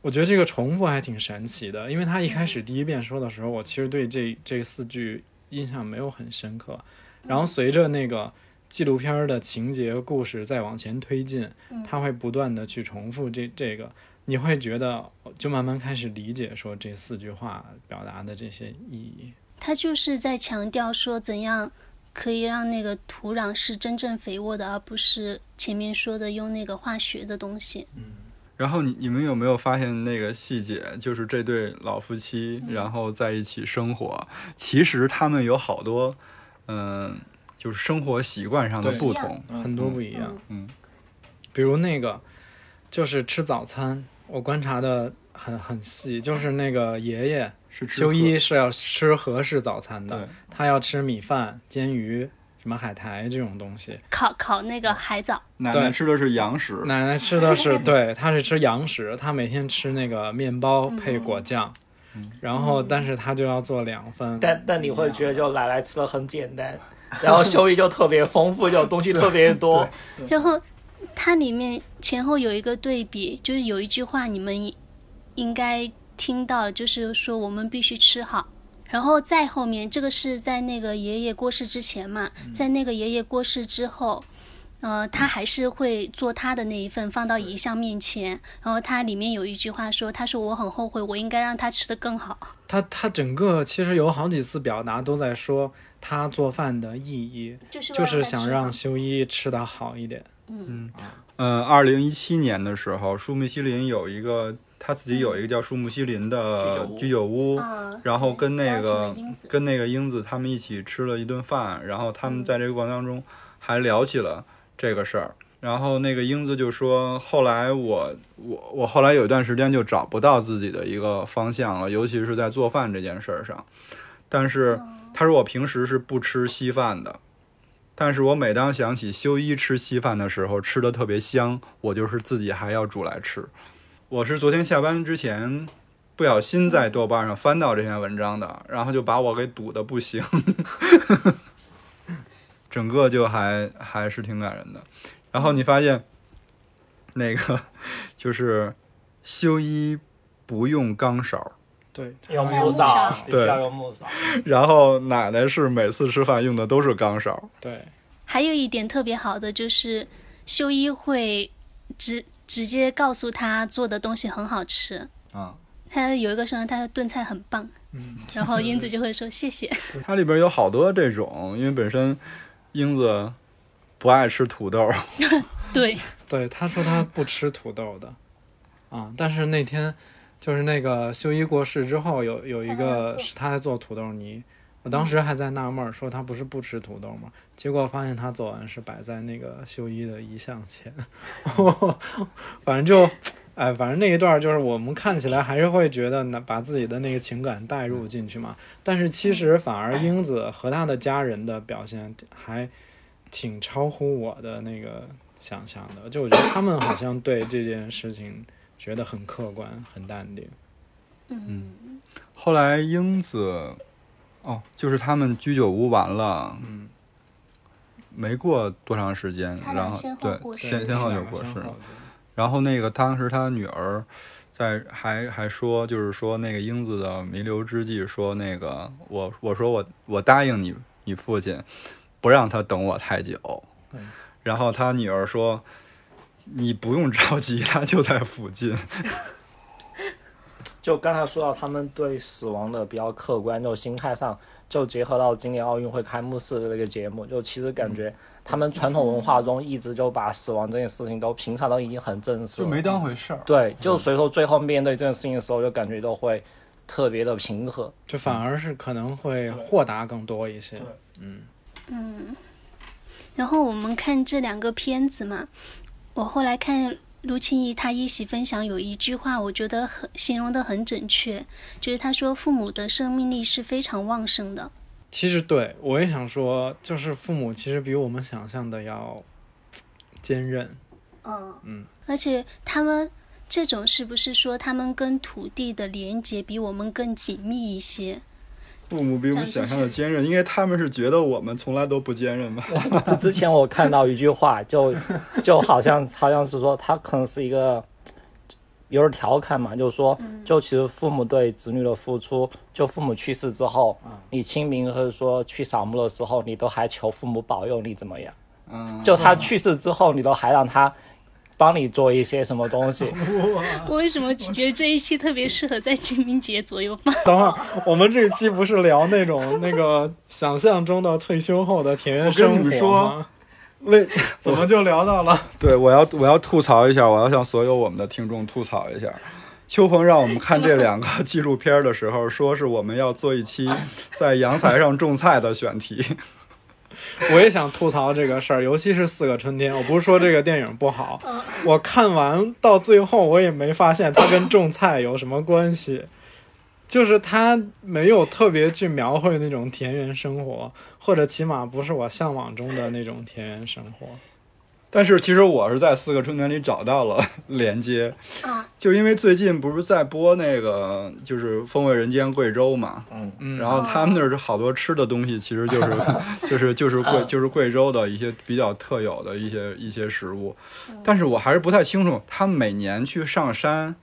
[SPEAKER 2] 我觉得这个重复还挺神奇的，因为他一开始第一遍说的时候，我其实对这这四句印象没有很深刻。然后随着那个纪录片儿的情节故事再往前推进，他会不断的去重复这这个，你会觉得就慢慢开始理解说这四句话表达的这些意义。
[SPEAKER 4] 它就是在强调说怎样可以让那个土壤是真正肥沃的，而不是前面说的用那个化学的东西。
[SPEAKER 3] 然后你你们有没有发现那个细节？就是这对老夫妻，然后在一起生活，其实他们有好多，嗯、就是生活习惯上的
[SPEAKER 2] 对
[SPEAKER 3] 不
[SPEAKER 4] 一样
[SPEAKER 3] 同。
[SPEAKER 2] 很多不一样。
[SPEAKER 3] 嗯，
[SPEAKER 2] 比如那个，就是吃早餐，我观察的很很细，就是那个爷爷
[SPEAKER 3] 是吃
[SPEAKER 2] 修一
[SPEAKER 3] 喝
[SPEAKER 2] 是要吃合适早餐的
[SPEAKER 3] 对，
[SPEAKER 2] 他要吃米饭、煎鱼、什么海苔这种东西。
[SPEAKER 4] 烤烤那个海藻，
[SPEAKER 3] 奶
[SPEAKER 2] 对
[SPEAKER 3] 奶吃的是洋食，
[SPEAKER 2] 奶奶吃的 是对，她是吃洋食，她每天吃那个面包
[SPEAKER 3] 嗯
[SPEAKER 2] 配果酱，然后但是她就要做两份。
[SPEAKER 1] 但但你会觉得，就奶奶吃的很简 单，然后收益就特别丰富，就东西特别多。
[SPEAKER 4] 然后它里面前后有一个对比，就是有一句话你们应该听到，就是说我们必须吃好。然后再后面，这个是在那个爷爷过世之前嘛，
[SPEAKER 2] 嗯
[SPEAKER 4] 在那个爷爷过世之后，呃，他还是会做他的那一份放到遗像面前。然后他里面有一句话说：“他说我很后悔，我应该让他吃得更好。
[SPEAKER 2] 她她整个其实有好几次表达都在说她做饭的意义，”
[SPEAKER 4] 就是
[SPEAKER 2] 就是想让修一吃得好一点。
[SPEAKER 3] 嗯，二零一七年的时候，舒木希林有一个他自己有一个叫舒木希林的
[SPEAKER 1] 居
[SPEAKER 3] 居酒屋，
[SPEAKER 4] 啊
[SPEAKER 3] 嗯然后跟
[SPEAKER 4] 邀
[SPEAKER 3] 那
[SPEAKER 4] 请了
[SPEAKER 3] 个
[SPEAKER 4] 英子
[SPEAKER 3] 跟那个英子他们一起吃了一顿饭，然后他们在这个过程当中还聊起了这个事儿。然后那个英子就说，后来我我我后来有一段时间就找不到自己的一个方向了，尤其是在做饭这件事儿上。但是他说我平时是不吃稀饭的，但是我每当想起修一吃稀饭的时候，吃的特别香，我就是自己还要煮来吃。我是昨天下班之前不小心在豆瓣上翻到这篇文章的，然后就把我给堵的不行。 整个就还还是挺感人的。然后你发现，那个就是修一不用钢勺儿，
[SPEAKER 2] 对，
[SPEAKER 1] 用
[SPEAKER 4] 木
[SPEAKER 1] 木
[SPEAKER 4] 勺
[SPEAKER 1] 勺，必
[SPEAKER 4] 必
[SPEAKER 3] 须
[SPEAKER 1] 须
[SPEAKER 3] 要
[SPEAKER 1] 要用木勺。
[SPEAKER 3] 然后奶奶是每次吃饭用的都是钢勺儿，
[SPEAKER 2] 对，
[SPEAKER 4] 还有一点特别好的就是，修一会直直接告诉他做的东西很好吃。
[SPEAKER 3] 啊、
[SPEAKER 4] 他有一个学生，他说炖菜很棒，
[SPEAKER 2] 嗯，
[SPEAKER 4] 然后英子就会说谢谢。
[SPEAKER 3] 它里边有好多这种，因为本身英子不爱吃土豆儿，
[SPEAKER 4] 对，
[SPEAKER 2] 对，他说他不吃土豆的，啊，但是那天就是那个修一过世之后，有有一
[SPEAKER 4] 他还
[SPEAKER 2] 个
[SPEAKER 4] 做嗯
[SPEAKER 2] 是他在做土豆泥，我当时还在纳闷儿，说他不是不吃土豆吗？结果发现他昨晚是摆在那个修一的遗像前， 反正就。哎，反正那一段儿就是我们看起来还是会觉得呢，把自己的那个情感带
[SPEAKER 4] 嗯
[SPEAKER 2] 入进去嘛。但是其实反而英子和她的家人的表现还挺超乎我的那个想象的，就我觉得他们好像对这件事情觉得很客观、很淡定。
[SPEAKER 4] 嗯，
[SPEAKER 3] 后来英子，哦，就是他们居酒屋完了，
[SPEAKER 2] 嗯，
[SPEAKER 3] 没过多长时间，
[SPEAKER 4] 他俩
[SPEAKER 3] 然后
[SPEAKER 4] 先后
[SPEAKER 3] 对
[SPEAKER 4] 过世
[SPEAKER 3] 先
[SPEAKER 2] 对
[SPEAKER 3] 先后
[SPEAKER 2] 是
[SPEAKER 3] 就
[SPEAKER 2] 吧
[SPEAKER 3] 过世
[SPEAKER 2] 先
[SPEAKER 3] 了
[SPEAKER 2] 后。就
[SPEAKER 3] 然后那个当时他女儿在还还说，就是说那个英子的弥留之际，说那个我我说我我答应你你父亲不让他等我太久。
[SPEAKER 2] 嗯
[SPEAKER 3] 然后他女儿说你不用着急，他就在附近。
[SPEAKER 1] 就刚才说到他们对死亡的比较客观，就心态上，就结合到今年奥运会开幕式的这个节目，就其实感觉他们传统文化中一直就把死亡这件事情都平常都已经很正视了，
[SPEAKER 3] 当回事儿。
[SPEAKER 1] 对，就所以说最后面对这件事情的时候，就感觉都会特别的平和。
[SPEAKER 2] 就反而是可能会豁达更多一些。
[SPEAKER 4] 然后我们看这两个片子嘛，我后来看卢庆怡她一席分享有一句话，我觉得很形容的很准确，就是她说父母的生命力是非常旺盛的。
[SPEAKER 2] 其实对我也想说，就是父母其实比我们想象的要坚韧。
[SPEAKER 4] 嗯
[SPEAKER 2] 嗯，
[SPEAKER 4] 而且他们这种是不是说他们跟土地的连接比我们更紧密一些？
[SPEAKER 3] 父母比我们想象的坚韧，因为他们是觉得我们从来都不坚韧吧？
[SPEAKER 1] 之之前我看到一句话，就就好像好像是说他可能是一个有点调侃嘛，就是说，就其实父母对子女的付出，就父母去世之后，你清明或者说去扫墓的时候，你都还求父母保佑你怎么样？
[SPEAKER 3] 嗯，
[SPEAKER 1] 就他去世之后，你都还让他帮你做一些什么东西？
[SPEAKER 4] 我为什么觉得这一期特别适合在清明节左右放？
[SPEAKER 2] 等会儿，我们这一期不是聊那种那个想象中的退休后的田园
[SPEAKER 3] 跟
[SPEAKER 2] 生
[SPEAKER 3] 你
[SPEAKER 2] 活
[SPEAKER 3] 们说
[SPEAKER 2] 吗？
[SPEAKER 3] 为
[SPEAKER 2] 怎么就聊到了？
[SPEAKER 3] 对，我要我要吐槽一下，我要向所有我们的听众吐槽一下。秋鹏让我们看这两个纪录片的时候，说是我们要做一期在阳台上种菜的选题。
[SPEAKER 2] 我也想吐槽这个事儿，尤其是《四个春天》。我不是说这个电影不好，
[SPEAKER 4] 嗯
[SPEAKER 2] 我看完到最后，我也没发现它跟种菜有什么关系，就是它没有特别去描绘那种田园生活，或者起码不是我向往中的那种田园生活。
[SPEAKER 3] 但是其实我是在《四个春天》里找到了连接，
[SPEAKER 4] 啊，
[SPEAKER 3] 就因为最近不是在播那个就是《风味人间》贵州嘛，
[SPEAKER 1] 嗯，
[SPEAKER 2] 嗯，
[SPEAKER 3] 然后他们那儿好多吃的东西，其实就是就是就是贵就是贵州的一些比较特有的一些一些食物，但是我还是不太清楚他们每年去上山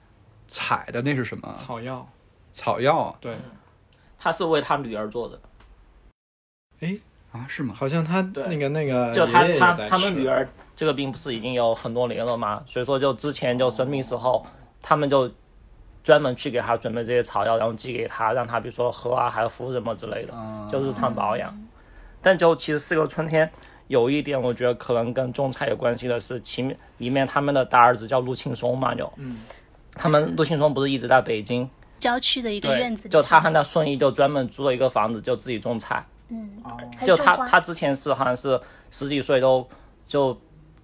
[SPEAKER 3] 采的那是什么
[SPEAKER 2] 草药，
[SPEAKER 3] 草药啊
[SPEAKER 2] 对，
[SPEAKER 1] 他是为他女儿做的，
[SPEAKER 3] 啊？是吗？
[SPEAKER 2] 好像他
[SPEAKER 1] 对
[SPEAKER 2] 那个那个
[SPEAKER 1] 就他
[SPEAKER 2] 呃爷爷也
[SPEAKER 1] 他
[SPEAKER 2] 在
[SPEAKER 1] 他们
[SPEAKER 2] 吃
[SPEAKER 1] 女儿这个病不是已经有很多年了嘛，所以说就之前就生病时候，他们就专门去给他准备这些草药，然后寄给他，让他比如说喝啊，还有服什么之类的，
[SPEAKER 3] 啊
[SPEAKER 1] 就日常保养。
[SPEAKER 4] 嗯
[SPEAKER 1] 但就其实四个春天有一点，我觉得可能跟种菜有关系的是，其面里面他们的大儿子叫陆庆松嘛，就，
[SPEAKER 2] 嗯
[SPEAKER 1] 他们陆庆松不是一直在北京，
[SPEAKER 4] 郊区的一个院
[SPEAKER 1] 对
[SPEAKER 4] 子，里，
[SPEAKER 1] 就他和他顺义就专门租了一个房子，就自己种菜。
[SPEAKER 4] 嗯，还
[SPEAKER 1] 就
[SPEAKER 4] 种
[SPEAKER 1] 他
[SPEAKER 4] 花
[SPEAKER 1] 他之前是好像是十几岁都就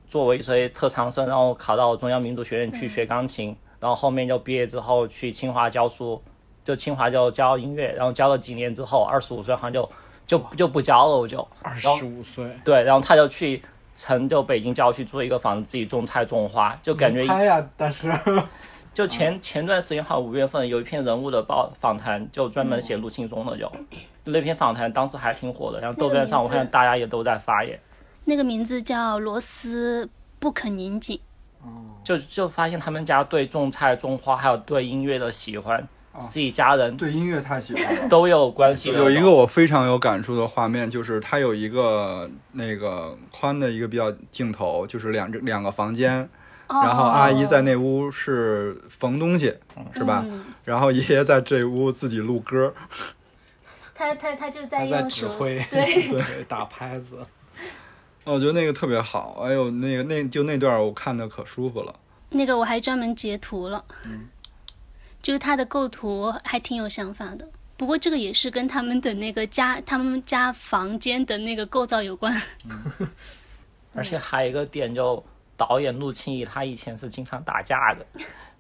[SPEAKER 1] 作为一些特长生，然后考到中央民族学院去学钢琴，然后后面就毕业之后去清华教书，就清华就教音乐，然后教了几年之后，二十五岁好像就就就不教了，我就
[SPEAKER 2] 二十五岁，
[SPEAKER 1] 对，然后他就去
[SPEAKER 2] 嗯
[SPEAKER 1] 成就北京郊区租一个房子，自己种菜种花，就感觉
[SPEAKER 2] 拍呀，但是
[SPEAKER 1] 就前前段时间好像五月份有一篇人物的报访谈，就专门写陆庆忠的，就那篇访谈当时还挺火的，然后豆瓣上我看大家也都在发耶，
[SPEAKER 4] 那个名字叫罗斯不肯拧紧。
[SPEAKER 1] 就就发现他们家对种菜、种花还有对音乐的喜欢，是一家人
[SPEAKER 3] 对音乐太喜欢 了。
[SPEAKER 1] 都有关系的。
[SPEAKER 3] 有一个我非常有感触的画面，就是它有一个那个宽的一个比较镜头，就是两只两个房间，
[SPEAKER 4] 哦
[SPEAKER 3] 然后阿姨在那屋是缝东西，是吧？
[SPEAKER 4] 嗯
[SPEAKER 3] 然后爷爷在这屋自己录歌，
[SPEAKER 4] 他他他就在
[SPEAKER 2] 他在
[SPEAKER 4] 用
[SPEAKER 2] 指
[SPEAKER 4] 手，
[SPEAKER 2] 挥，
[SPEAKER 4] 对
[SPEAKER 2] 对，打拍子。
[SPEAKER 3] 哦我觉得那个特别好。哎呦，那个那就那段我看的可舒服了。
[SPEAKER 4] 那个我还专门截图了，
[SPEAKER 3] 嗯
[SPEAKER 4] 就是他的构图还挺有想法的。不过这个也是跟他们的那个家，他们家房间的那个构造有关。
[SPEAKER 1] 而且还有一个点，就导演陆庆义他以前是经常打架的，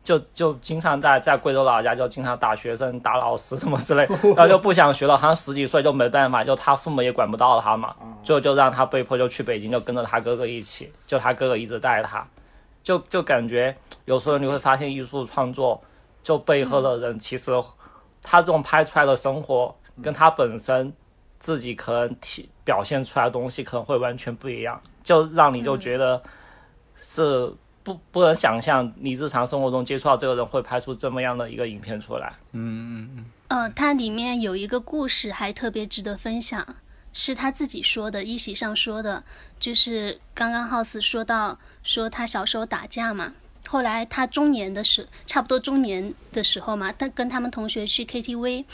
[SPEAKER 1] 就就经常在在贵州老家就经常打学生、打老师什么之类，然后就不想学了，好像十几岁就没办法，就他父母也管不到他嘛，最后就让他被迫就去北京，就跟着他哥哥一起，就他哥哥一直带他，就就感觉有时候你会发现艺术创作就背后的人其实他这种拍出来的生活跟他本身自己可能体表现出来的东西可能会完全不一样，就让你就觉
[SPEAKER 2] 嗯
[SPEAKER 1] 得是不不能想象你日常生活中接触到这个人会拍出这么样的一个影片出来。
[SPEAKER 4] 呃，它里面有一个故事还特别值得分享，是他自己说的，一席上说的，就是刚刚 House 说到说他小时候打架嘛，后来他中年的时，差不多中年的时候嘛，他跟他们同学去 KTV，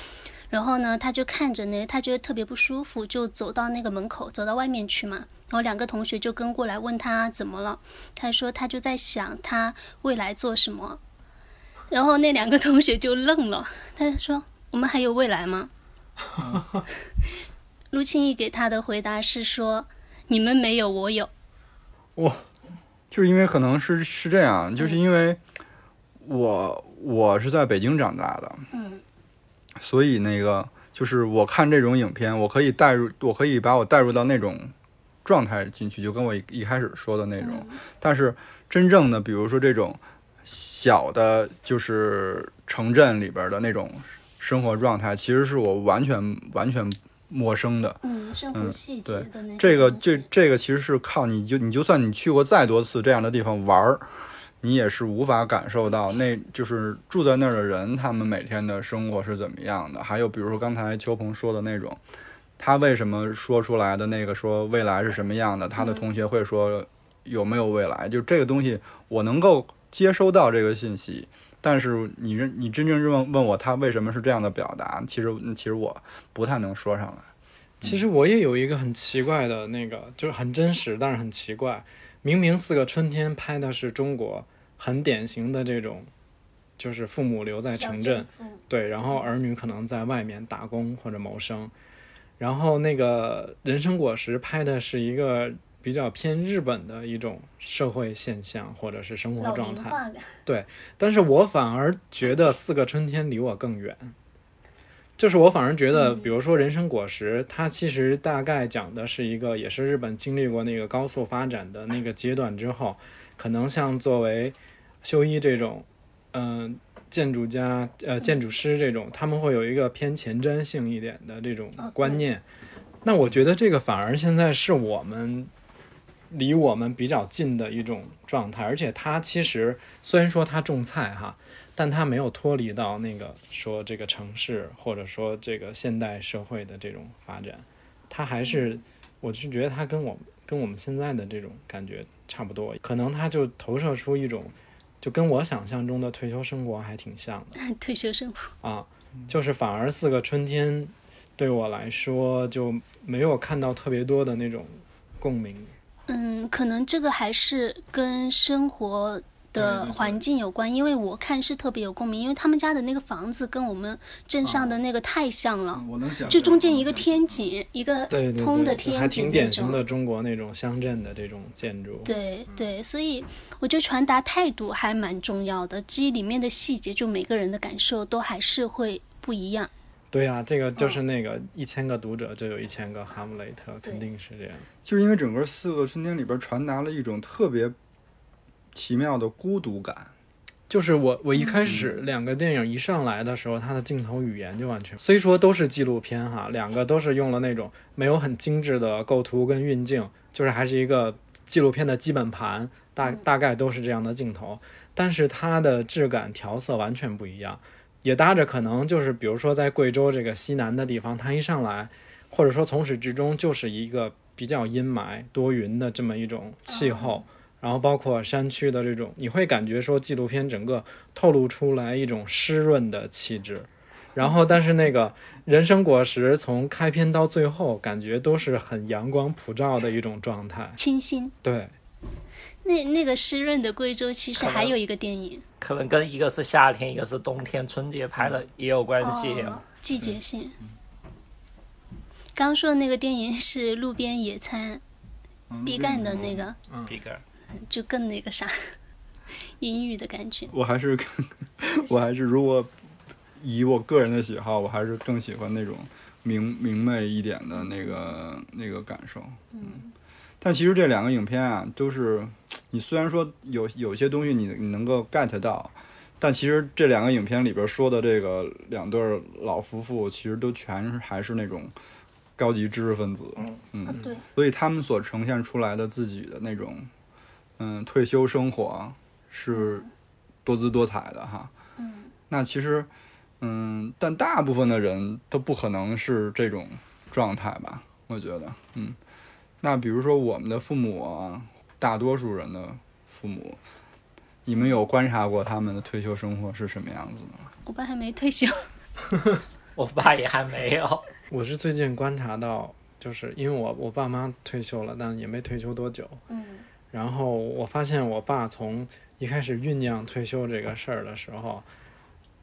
[SPEAKER 4] 然后呢，他就看着呢，他觉得特别不舒服，就走到那个门口，走到外面去嘛。然后两个同学就跟过来问他怎么了，他说他就在想他未来做什么，然后那两个同学就愣了，他说我们还有未来 吗？陆庆义给他的回答是说：“你们没有，我有。
[SPEAKER 3] 就是因为可能是是这样，就是因为我我是在北京长大的，
[SPEAKER 4] 嗯，
[SPEAKER 3] 所以那个就是我看这种影片，我可以带入，我可以把我带入到那种状态进去，就跟我一一开始说的那种。但是真正的，比如说这种小的，就是城镇里边的那种生活状态，其实是我完全完全陌生的。”
[SPEAKER 4] 嗯，生活细节
[SPEAKER 3] 对
[SPEAKER 4] 的
[SPEAKER 2] 嗯
[SPEAKER 4] 那
[SPEAKER 3] 这个
[SPEAKER 4] 东
[SPEAKER 3] 这
[SPEAKER 4] 西
[SPEAKER 3] 这个其实是靠你就你就算你去过再多次这样的地方玩儿，你也是无法感受到那就是住在那儿的人他们每天的生活是怎么样的。还有比如说刚才邱鹏说的那种，他为什么说出来的那个说未来是什么样的，他的同学会说有没有未来，就这个东西我能够接收到这个信息。但是你认你真正问问我他为什么是这样的表达，其实嗯其实我不太能说上来。
[SPEAKER 2] 其实我也有一个很奇怪的那个，就是很真实，但是很奇怪。明明《四个春天》拍的是中国很典型的这种，就是父母留在城镇，对，然后儿女可能在外面打工或者谋生。然后那个《人参果实》拍的是一个比较偏日本的一种社会现象或者是生活状态，
[SPEAKER 4] 化感，
[SPEAKER 2] 但是我反而觉得四个春天离我更远。就是我反而觉得，比如说《人参果实》，它其实大概讲的是一个，也是日本经历过那个高速发展的那个阶段之后，可能像作为修一这种，嗯、建筑家、呃建筑师这种，他们会有一个偏前瞻性一点的这种观念。那我觉得这个反而现在是我们离我们比较近的一种状态，而且它其实虽然说它种菜哈，但它没有脱离到那个说这个城市或者说这个现代社会的这种发展，它还是我是觉得它跟我跟我们现在的这种感觉差不多，可能它就投射出一种就跟我想象中的退休生活还挺像的。
[SPEAKER 4] 退休生活。
[SPEAKER 2] 啊，就是反而四个春天对我来说就没有看到特别多的那种共鸣。
[SPEAKER 4] 嗯，可能这个还是跟生活
[SPEAKER 2] 对对
[SPEAKER 4] 的
[SPEAKER 2] 对
[SPEAKER 4] 环境有关，因为我看是特别有共鸣，因为他们家的那个房子跟我们镇上的那个太像了，
[SPEAKER 3] 我能想
[SPEAKER 4] 就嗯中间一个天井，一个
[SPEAKER 2] 对对
[SPEAKER 4] 通的
[SPEAKER 2] 嗯对，还
[SPEAKER 4] 天井
[SPEAKER 2] 挺
[SPEAKER 4] 那
[SPEAKER 2] 典型
[SPEAKER 4] 种。
[SPEAKER 2] 的中国那种乡镇的这种建筑。
[SPEAKER 4] 对对，所以我觉得传达态度还蛮重要的。至于里面的细节，就每个人的感受都还是会不一样。
[SPEAKER 2] 对呀、这个就是那个一千个读者就有一千个哈姆雷特，肯
[SPEAKER 4] 嗯对
[SPEAKER 2] 定是这样。
[SPEAKER 3] 就是因为整个《四个春天》里边传达了一种特别奇妙的孤独感，
[SPEAKER 2] 就是我我一开始两个电影一上来的时候，它的镜头语言就完全，虽说都是纪录片哈，两个都是用了那种没有很精致的构图跟运镜，就是还是一个纪录片的基本盘，大大概都是这样的镜头，但是它的质感调色完全不一样，也搭着可能就是比如说在贵州这个西南的地方，它一上来，或者说从始至终就是一个比较阴霾多云的这么一种气候。然后包括山区的这种，你会感觉说纪录片整个透露出来一种湿润的气质。然后，但是那个人参果实从开篇到最后，感觉都是很阳光普照的一种状态。
[SPEAKER 4] 清新。
[SPEAKER 2] 对，
[SPEAKER 4] 那那个湿润的贵州，其实还有一个电影，
[SPEAKER 1] 可能跟一个是夏天，一个是冬天，春节拍
[SPEAKER 2] 嗯
[SPEAKER 1] 的也有关系。
[SPEAKER 4] 哦季节性。刚说的那个电影是路边野餐，
[SPEAKER 3] 嗯
[SPEAKER 4] 毕赣的那个，
[SPEAKER 1] 毕赣、
[SPEAKER 4] 就更那个啥， 阴郁的感觉。
[SPEAKER 3] 我还是我还是如果以我个人的喜好，我还是更喜欢那种明明媚一点的那个那个感受。嗯，但其实这两个影片啊，都是你虽然说有有些东西你你能够 get 到，但其实这两个影片里边说的这个两对儿老夫妇，其实都全是还是那种高级知识分子。嗯，
[SPEAKER 4] 啊对，
[SPEAKER 3] 所以他们所呈现出来的自己的那种，嗯，退休生活是多姿多彩的哈。
[SPEAKER 4] 嗯，
[SPEAKER 3] 那其实，嗯，但大部分的人都不可能是这种状态吧？我觉得，嗯，那比如说我们的父母啊，大多数人的父母，你们有观察过他们的退休生活是什么样子的吗？
[SPEAKER 4] 我爸还没退休。
[SPEAKER 1] 我爸也还没 有。
[SPEAKER 2] 我是最近观察到，就是因为我我爸妈退休了，但也没退休多久。
[SPEAKER 4] 嗯
[SPEAKER 2] 然后我发现我爸从一开始酝酿退休这个事儿的时候，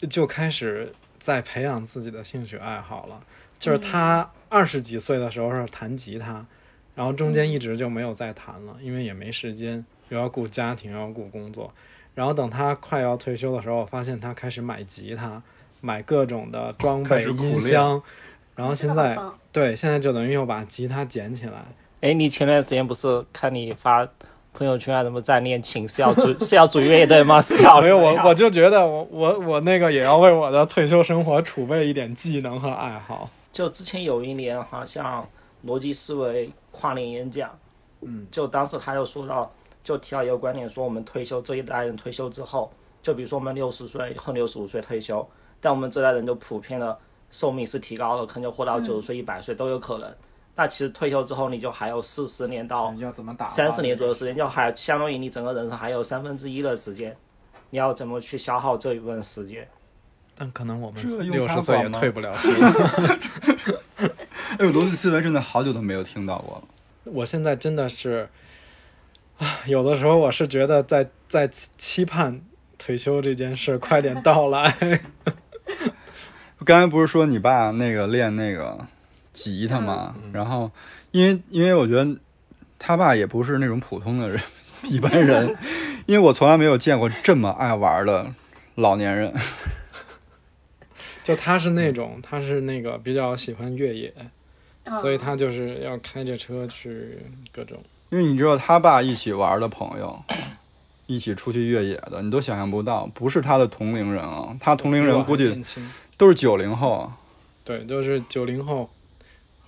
[SPEAKER 2] 就开始在培养自己的兴趣爱好了。就是
[SPEAKER 4] 嗯
[SPEAKER 2] 他二十几岁的时候是弹吉他，然后中
[SPEAKER 4] 嗯
[SPEAKER 2] 间一直就没有再弹了，因为也没时间，又要顾家庭，又要顾工作。然后等他快要退休的时候，我发现他开始买吉他，买各种的装
[SPEAKER 3] 开
[SPEAKER 2] 备、
[SPEAKER 3] 始苦
[SPEAKER 2] 音
[SPEAKER 3] 练
[SPEAKER 2] 箱，然后
[SPEAKER 4] 这
[SPEAKER 2] 现
[SPEAKER 4] 个好
[SPEAKER 2] 在
[SPEAKER 4] 棒
[SPEAKER 2] 对，现在就等于又把吉他捡起来，
[SPEAKER 1] 哎，你前段时间不是看你发朋友圈啊，什么在练琴，是要组 是要组乐队吗？哦是要
[SPEAKER 2] 没有我，我就觉得我我我那个也要为我的退休生活储备一点技能和爱好。
[SPEAKER 1] 就之前有一年好像逻辑思维跨年演讲，嗯，就当时他就说到，就提到一个观点，说我们退休这一代人退休之后，就比如说我们六十岁后六十五岁退休，但我们这代人就普遍的寿命是提高了，可能就活到
[SPEAKER 2] 嗯
[SPEAKER 1] 九十岁、一百岁都有可能。那其实退休之后，你就还有四十年到
[SPEAKER 2] 要怎么打
[SPEAKER 1] 三十年左右时间，就还相当于你整个人生还有三分之一的时间，你要怎么去消耗这一部分时间？
[SPEAKER 2] 但可能我们
[SPEAKER 3] 这
[SPEAKER 2] 六
[SPEAKER 3] 用
[SPEAKER 2] 十
[SPEAKER 3] 他
[SPEAKER 2] 岁也
[SPEAKER 3] 管吗
[SPEAKER 2] 退不了休。 了。
[SPEAKER 3] 哎呦，逻辑思维真的好久都没有听到过了。
[SPEAKER 2] 我现在真的是， 啊，有的时候我是觉得在在期期盼退休这件事快点到来。
[SPEAKER 3] 刚才不是说你爸那个练那个吉他吗？然后，因为因为我觉得他爸也不是那种普通的人， 一般人，因为我从来没有见过这么爱玩的老年人。
[SPEAKER 2] 就他是那种，他是那个比较喜欢越野，所以他就是要开着车去各种。
[SPEAKER 3] 因为你知道他爸一起玩的朋友， 一起出去越野的，你都想象不到，不是他的同龄人啊，他同龄人估
[SPEAKER 2] 比我还年
[SPEAKER 3] 计
[SPEAKER 2] 轻
[SPEAKER 3] 都是九零后啊。
[SPEAKER 2] 对，就是九零后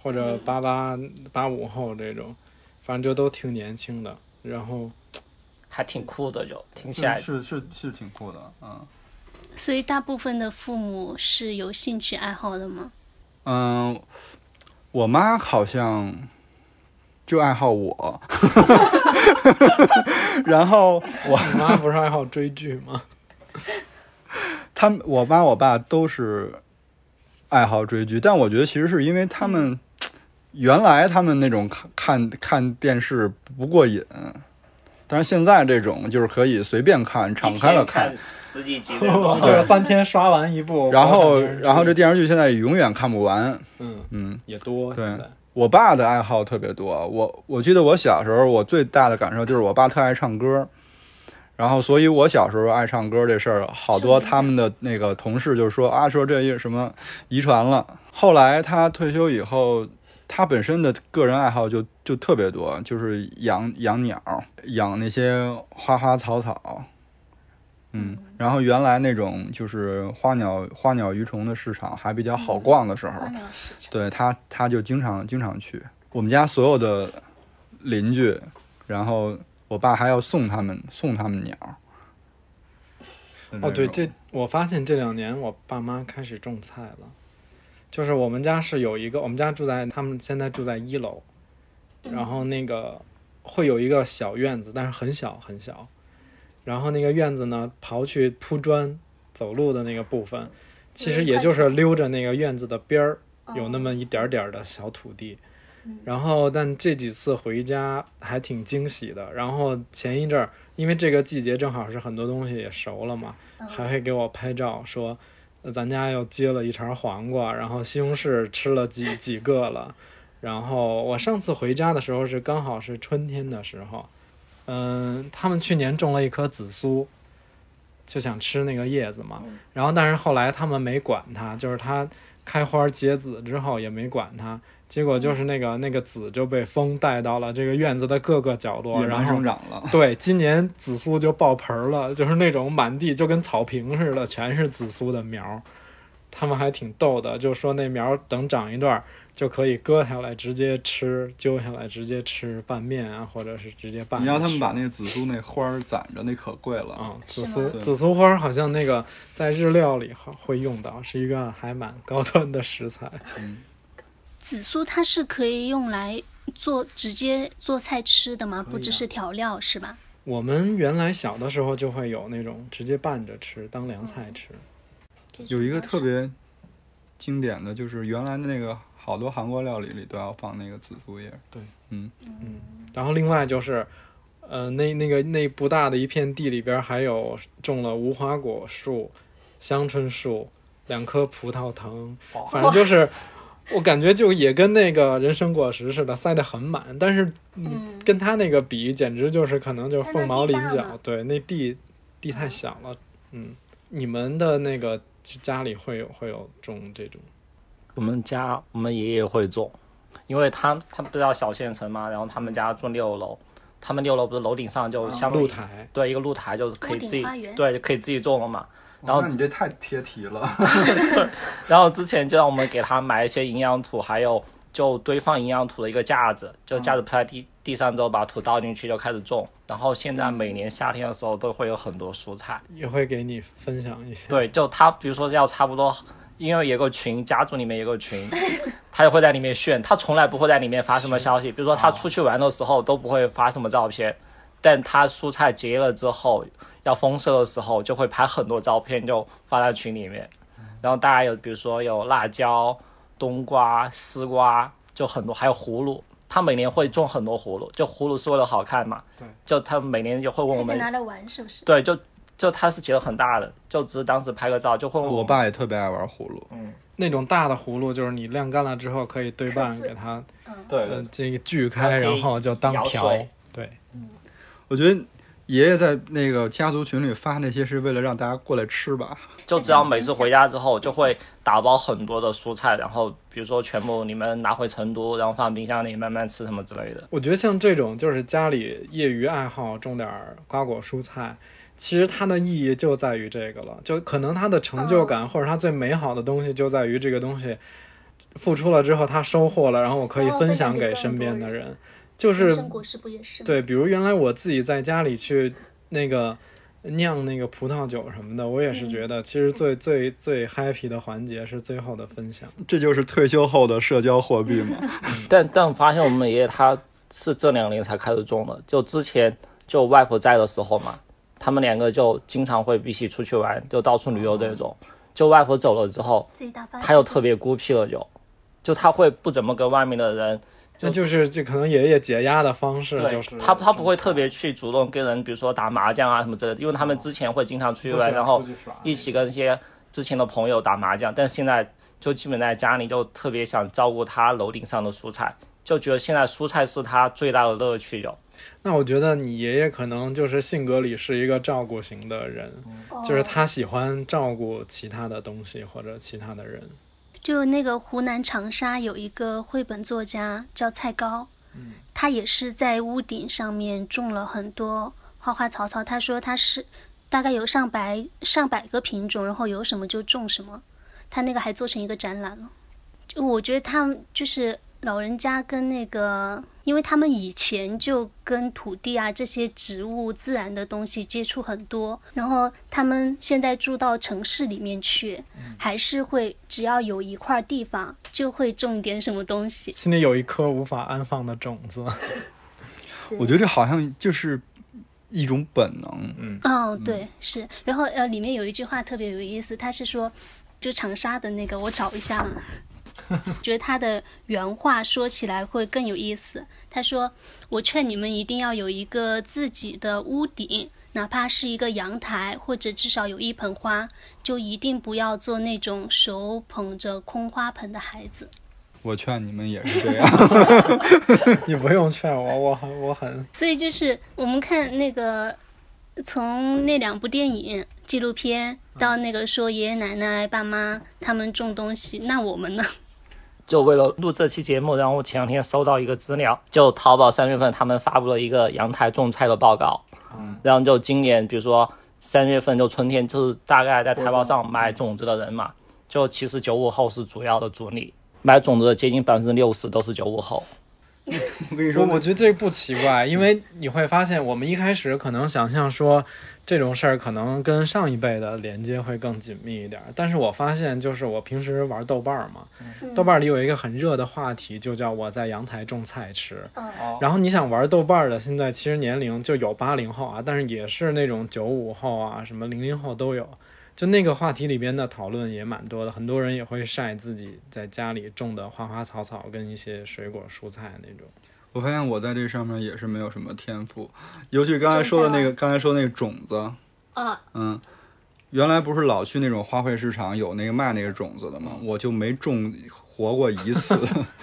[SPEAKER 2] 或
[SPEAKER 3] 嗯
[SPEAKER 2] 者八八八五后这种，反正就都挺年轻的。然后
[SPEAKER 1] 还挺酷的就，听起来
[SPEAKER 3] 是是是挺酷的，嗯。
[SPEAKER 4] 所以大部分的父母是有兴趣爱好的吗？
[SPEAKER 3] 嗯，我妈好像就爱好我， 然后我
[SPEAKER 2] 你妈不是爱好追剧 吗？
[SPEAKER 3] 他们我妈我爸都是爱好追剧，但我觉得其实是因为他们原来他们那种看看看电视不过瘾，但是现在这种就是可以随便看，敞开了看
[SPEAKER 1] 看，十几 集的
[SPEAKER 2] 我
[SPEAKER 1] 东
[SPEAKER 2] 就
[SPEAKER 1] 西。
[SPEAKER 2] 是三天刷完一部，
[SPEAKER 3] 然后
[SPEAKER 2] 我看看
[SPEAKER 3] 然后这电视剧现在永远看不完，
[SPEAKER 2] 嗯
[SPEAKER 3] 嗯。
[SPEAKER 2] 也多
[SPEAKER 3] 对
[SPEAKER 2] 现在
[SPEAKER 3] 我爸的爱好特别多，我我记得我小时候，我最大的感受就是我爸特爱唱歌，然后所以我小时候爱唱歌这事儿，好多他们的那个同事就说啊，说这一什么遗传了。后来他退休以后，他本身的个人爱好就就特别多，就是养养鸟，养那些花花草草，嗯，然后原来那种就是花鸟花鸟鱼虫的市场还比较好逛的时候，
[SPEAKER 4] 花鸟市场，
[SPEAKER 3] 对他他就经常经常去。我们家所有的邻居，然后我爸还要送他们送他们鸟。
[SPEAKER 2] 哦，对，这
[SPEAKER 3] 嗯种
[SPEAKER 2] 我发现这两年我爸妈开始种菜了，就是我们家是有一个，我们家住在他们现在住在一楼，然后那个会有一个小院子，但是很小很小，然后那个院子呢，刨去铺砖走路的那个部分，其实也就是溜着那个院子的边儿，有那么一点儿点儿的小土地。然后，但这几次回家还挺惊喜的。然后前一阵儿，因为这个季节正好是很多东西也熟了嘛，还会给我拍照说，呃咱家又接了一茬黄瓜，然后西红柿吃了几几个了。然后我上次回家的时候是刚好是春天的时候，嗯，他们去年种了一棵紫苏，就想吃那个叶子嘛。然后但是后来他们没管它，就是它开花结籽之后也没管它，结果就是那个那个籽就被风带到了这个院子的各个角落，
[SPEAKER 3] 野
[SPEAKER 2] 然
[SPEAKER 3] 蛮
[SPEAKER 2] 后啊
[SPEAKER 3] 生长了，
[SPEAKER 2] 对，今年紫苏就爆盆儿了，就是那种满地就跟草坪似的，全是紫苏的苗儿。他们还挺逗的，就说那苗儿等长一段儿就可以割下来直接吃，揪下来直接吃拌面啊，或者是直接拌着吃。
[SPEAKER 3] 你让他们把那个紫苏那花儿攒着，那可贵了。
[SPEAKER 2] 啊、紫
[SPEAKER 4] 是
[SPEAKER 2] 苏
[SPEAKER 4] 吗
[SPEAKER 3] 对
[SPEAKER 2] 紫苏花儿好像那个在日料里好会用到，是一个还蛮高端的食材。
[SPEAKER 4] 紫苏它是可以用来做直接做菜吃的吗？不
[SPEAKER 3] 啊
[SPEAKER 4] 只是调料是吧？
[SPEAKER 2] 我们原来小的时候就会有那种直接拌着吃，当凉菜
[SPEAKER 4] 嗯
[SPEAKER 2] 吃。
[SPEAKER 3] 有一个特别经典的就是原来的那个好多韩国料理里都要放那个紫苏叶。
[SPEAKER 2] 然后另外就是，呃，那那个那不大的一片地里边儿还有种了无花果树、香椿树、两棵葡萄藤，反正就是。我感觉就也跟那个人参果实似的，塞得很满，但是
[SPEAKER 4] 嗯，
[SPEAKER 2] 跟它那个比，简直就是可能就是凤毛麟
[SPEAKER 4] 它那地大
[SPEAKER 2] 角
[SPEAKER 4] 吗。
[SPEAKER 2] 对，那地地太小了。嗯，你们的那个家里会有会有种这种
[SPEAKER 1] 我们家我们爷爷会种，因为他他不知道小县城嘛，然后他们家住六楼，他们六楼不是楼顶上就相当于、
[SPEAKER 2] 露台，
[SPEAKER 1] 对一个露台，就是可以
[SPEAKER 4] 屋顶
[SPEAKER 1] 自己
[SPEAKER 4] 花园
[SPEAKER 1] 对就可以自己种了嘛。然后
[SPEAKER 3] 那你这太贴题了。
[SPEAKER 1] 然后之前就让我们给他买一些营养土，还有就堆放营养土的一个架子，就架子铺在地地上之后，把土倒进去就开始种。然后现在每年夏天的时候都会有很多蔬菜。
[SPEAKER 2] 也会给你分享一些。
[SPEAKER 1] 对，就他比如说要差不多，因为有个群，家族里面有个群， 他就会在里面炫，他从来不会在里面发什么消息，比如说他出去玩的时候都不会发什么照片，但他蔬菜结了之后要丰收的时候就会拍很多照片，就发在群里面，然后大家有比如说有辣椒、冬瓜、丝瓜，就很多，还有葫芦。他每年会种很多葫芦，就葫芦是为了好看嘛。
[SPEAKER 2] 对。
[SPEAKER 1] 就他每年就会问我
[SPEAKER 4] 还可以
[SPEAKER 1] 们，
[SPEAKER 4] 拿来玩是不是？
[SPEAKER 1] 对，就就他是结了很大的，就只是当时拍个照，就
[SPEAKER 2] 哦
[SPEAKER 1] 会
[SPEAKER 3] 我爸也特别爱玩葫芦，
[SPEAKER 2] 那种大的葫芦，就是你晾干了之后可以对半
[SPEAKER 4] 刻字
[SPEAKER 2] 给它
[SPEAKER 1] 对
[SPEAKER 2] 呃这个锯开，
[SPEAKER 1] 它可以
[SPEAKER 2] 然后就当
[SPEAKER 1] 摇
[SPEAKER 2] 瓢
[SPEAKER 1] 碎。
[SPEAKER 2] 对，
[SPEAKER 3] 我觉得爷爷在那个家族群里发那些是为了让大家过来吃吧。
[SPEAKER 1] 就只要每次回家之后就会打包很多的蔬菜，然后比如说全部你们拿回成都，然后放冰箱里慢慢吃什么之类的。
[SPEAKER 2] 我觉得像这种就是家里业余爱好种点儿瓜果蔬菜，其实它的意义就在于这个了，就可能它的成就
[SPEAKER 4] 嗯
[SPEAKER 2] 感或者它最美好的东西就在于这个东西付出了之后它收获了，然后我可以
[SPEAKER 4] 然后
[SPEAKER 2] 分
[SPEAKER 4] 分
[SPEAKER 2] 享
[SPEAKER 4] 享给
[SPEAKER 2] 给
[SPEAKER 4] 更
[SPEAKER 2] 身
[SPEAKER 4] 多
[SPEAKER 2] 边的
[SPEAKER 4] 人
[SPEAKER 2] 人，就是
[SPEAKER 4] 人参果实不也是吗？
[SPEAKER 2] 对，比如原来我自己在家里去那个酿那个葡萄酒什么的，我也是觉得，其实最最最 happy 的环节是最后的分享。
[SPEAKER 3] 这就是退休后的社交货币嘛。
[SPEAKER 1] 但但我发现我们爷爷他是这两年才开始种的，就之前就外婆在的时候嘛，他们两个就经常会一起出去玩，就到处旅游这种。就外婆走了之后，
[SPEAKER 4] 自己打发时间。
[SPEAKER 1] 他又特别孤僻了就，就他会不怎么跟外面的人
[SPEAKER 2] 那就是这可能爷爷解压的方式
[SPEAKER 1] 对，
[SPEAKER 2] 就是
[SPEAKER 1] 他他不会特别去主动跟人，比如说打麻将啊什么之类的，因为他们之前会经常出去玩，然后一起跟一些之前的朋友打麻将，但现在就基本在家里就特别想照顾他楼顶上的蔬菜，就觉得现在蔬菜是他最大的乐趣有。
[SPEAKER 2] 那我觉得你爷爷可能就是性格里是一个照顾型的人，
[SPEAKER 1] 嗯
[SPEAKER 2] 就是他喜欢照顾其他的东西或者其他的人。
[SPEAKER 4] 就那个湖南长沙有一个绘本作家叫蔡高，他也是在屋顶上面种了很多花花草草。他说他是大概有上百上百个品种，然后有什么就种什么。他那个还做成一个展览了。就我觉得他们就是老人家跟那个，因为他们以前就跟土地啊这些植物、自然的东西接触很多，然后他们现在住到城市里面去，还是会只要有一块地方就会种点什么东西。
[SPEAKER 2] 心里有一颗无法安放的种子。
[SPEAKER 3] 我觉得这好像就是一种本能。
[SPEAKER 2] 嗯，
[SPEAKER 4] 哦，对，是。然后呃，里面有一句话特别有意思，他是说，就长沙的那个，我找一下啊，觉得他的原话说起来会更有意思。他说：“我劝你们一定要有一个自己的屋顶，哪怕是一个阳台，或者至少有一盆花，就一定不要做那种手捧着空花盆的孩子。
[SPEAKER 3] 我劝你们也是这样。
[SPEAKER 2] 你不用劝我，我很我很”
[SPEAKER 4] 所以就是我们看那个，从那两部电影纪录片到那个说爷爷奶奶、爸妈他们种东西，那我们呢？
[SPEAKER 1] 就为了录这期节目，然后我前两天收到一个资料，就淘宝三月份他们发布了一个阳台种菜的报告，嗯，然后就今年比如说三月份就春天，就是大概在台报上买种子的人嘛，就其实九五后是主要的主力，买种子的接近百分之六十都是九五后，
[SPEAKER 3] 我跟你
[SPEAKER 2] 我
[SPEAKER 3] 说，
[SPEAKER 2] 我觉得这不奇怪，因为你会发现，我们一开始可能想象说这种事儿可能跟上一辈的连接会更紧密一点儿，但是我发现就是我平时玩豆瓣儿嘛，豆瓣儿里有一个很热的话题，就叫我在阳台种菜吃。
[SPEAKER 3] 哦
[SPEAKER 2] 然后你想玩豆瓣儿的，现在其实年龄就有八零后啊，但是也是那种九五后啊，什么零零后都有。就那个话题里边的讨论也蛮多的，很多人也会晒自己在家里种的花花草草跟一些水果蔬菜那种。
[SPEAKER 3] 我发现我在这上面也是没有什么天赋，尤其刚才说的那个，刚才说那个种子，
[SPEAKER 4] 啊，
[SPEAKER 3] 嗯，原来不是老去那种花卉市场有那个卖那个种子的吗？我就没种活过一次，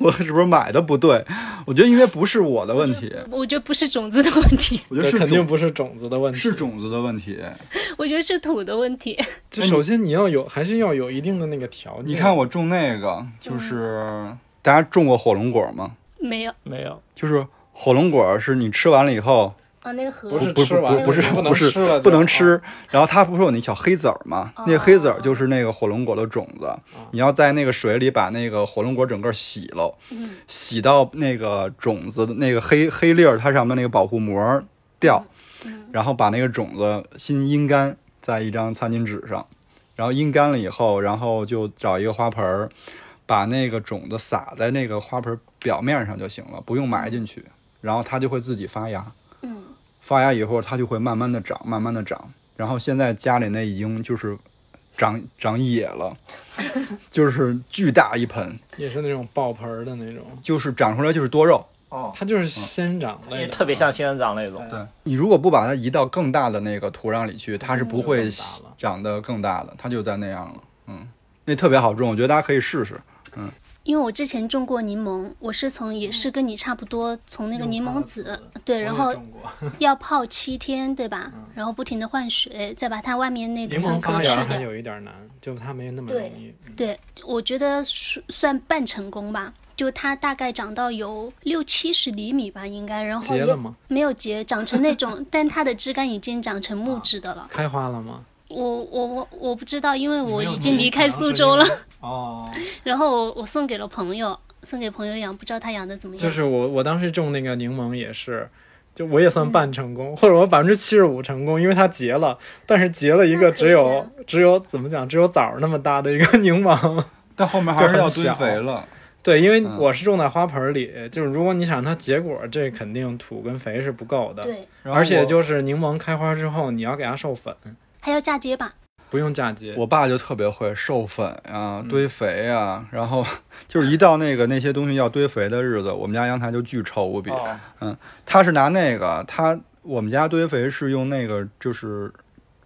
[SPEAKER 3] 我是不是买的不对？我觉得应该不是我的问题，
[SPEAKER 4] 我觉得不是种子的问题，
[SPEAKER 3] 我觉得
[SPEAKER 2] 这
[SPEAKER 3] 是
[SPEAKER 2] 肯定
[SPEAKER 3] 种
[SPEAKER 2] 不是种子的问题。
[SPEAKER 3] 是，种子的问题。
[SPEAKER 4] 我觉得是土的问题。
[SPEAKER 2] 就首先你要有，还是要有一定的那个条件。
[SPEAKER 3] 你看，我种那个，就是大家种过火龙果吗？
[SPEAKER 4] 没有
[SPEAKER 1] 没有，
[SPEAKER 3] 就是火龙果是你吃完了以后，
[SPEAKER 4] 啊，那个盒
[SPEAKER 2] 不
[SPEAKER 4] 子
[SPEAKER 2] 是
[SPEAKER 3] 不
[SPEAKER 2] 吃
[SPEAKER 3] 是
[SPEAKER 2] 完
[SPEAKER 3] 不不是
[SPEAKER 2] 那个不能
[SPEAKER 3] 不是
[SPEAKER 2] 吃了就
[SPEAKER 3] 不能吃。然后它不是有那小黑籽儿吗？那个黑籽儿就是那个火龙果的种子。
[SPEAKER 2] 哦
[SPEAKER 3] 你要在那个水里把那个火龙果整个洗了，洗到那个种子的那个黑黑粒儿它上面那个保护膜儿掉，然后把那个种子先阴干在一张餐巾纸上，然后阴干了以后，然后就找一个花盆儿。把那个种子撒在那个花盆儿表面上就行了，不用埋进去，然后它就会自己发芽。发芽以后，它就会慢慢的长，慢慢的长。然后现在家里那已经就是长长野了，就是巨大一盆，
[SPEAKER 2] 也是那种爆盆儿的那种，
[SPEAKER 3] 就是长出来就是多肉。
[SPEAKER 2] 它就是仙长类
[SPEAKER 1] 也
[SPEAKER 4] 嗯
[SPEAKER 2] 的，
[SPEAKER 1] 特别像仙人掌那种，
[SPEAKER 3] 对你如果不把它移到更大的那个土壤里去，它是不会
[SPEAKER 2] 就更大了
[SPEAKER 3] 长得更大的，它就在那样了。嗯，那特别好种，我觉得大家可以试试。
[SPEAKER 4] 因为我之前种过柠檬，我是从也是跟你差不多，从那个柠檬籽，对，然
[SPEAKER 2] 我
[SPEAKER 4] 后
[SPEAKER 2] 也种过
[SPEAKER 4] 要泡七天，对吧？然后不停的换水，再把它外面那
[SPEAKER 2] 柠
[SPEAKER 4] 个
[SPEAKER 2] 檬
[SPEAKER 4] 层
[SPEAKER 2] 发
[SPEAKER 4] 壳去
[SPEAKER 2] 芽还
[SPEAKER 4] 掉。
[SPEAKER 2] 有一点难，就它没那么容易。
[SPEAKER 4] 对，我觉得算算半成功吧，就它大概长到有六七十厘米吧，应该，然后
[SPEAKER 2] 结
[SPEAKER 4] 也
[SPEAKER 2] 了吗？
[SPEAKER 4] 没有结，长成那 种，但它的枝干已经长成木质的了。
[SPEAKER 2] 开花了吗？
[SPEAKER 4] 我我我我不知道，因为我
[SPEAKER 2] 没有
[SPEAKER 4] 已
[SPEAKER 2] 注
[SPEAKER 4] 经
[SPEAKER 2] 意
[SPEAKER 4] 离
[SPEAKER 2] 可
[SPEAKER 4] 开
[SPEAKER 2] 能
[SPEAKER 4] 苏
[SPEAKER 2] 是
[SPEAKER 4] 州
[SPEAKER 2] 因
[SPEAKER 4] 了
[SPEAKER 2] 为。哦，
[SPEAKER 4] 然后我我送给了朋友，送给朋友养，不知道他养的怎么样。
[SPEAKER 2] 就是我我当时种那个柠檬也是。就我也算
[SPEAKER 4] 嗯
[SPEAKER 2] 半成功，或者我百分之七十五成功，因为它结了，但是结了一
[SPEAKER 4] 那
[SPEAKER 2] 个
[SPEAKER 4] 可以
[SPEAKER 2] 只有
[SPEAKER 4] 啊
[SPEAKER 2] 只有怎么讲，只有枣儿那么大的一个 柠檬。
[SPEAKER 3] 但后面还是要
[SPEAKER 2] 就很小
[SPEAKER 3] 堆肥了。
[SPEAKER 2] 对，因为
[SPEAKER 3] 嗯
[SPEAKER 2] 我是种在花盆儿里，就是如果你想让它结果，这肯定土跟肥是不够的。
[SPEAKER 4] 对，
[SPEAKER 3] 然后
[SPEAKER 2] 而且
[SPEAKER 3] 我
[SPEAKER 2] 就是柠檬开花之后，你要给它授粉，
[SPEAKER 4] 还要嫁接吧？
[SPEAKER 2] 不用嫁接。
[SPEAKER 3] 我爸就特别会授粉啊、堆肥啊，然后 就是一到那个那些东西要堆肥的日子，我们家阳台就巨臭无比。
[SPEAKER 1] 哦
[SPEAKER 3] 他是拿那个，他我们家堆肥是用那个就是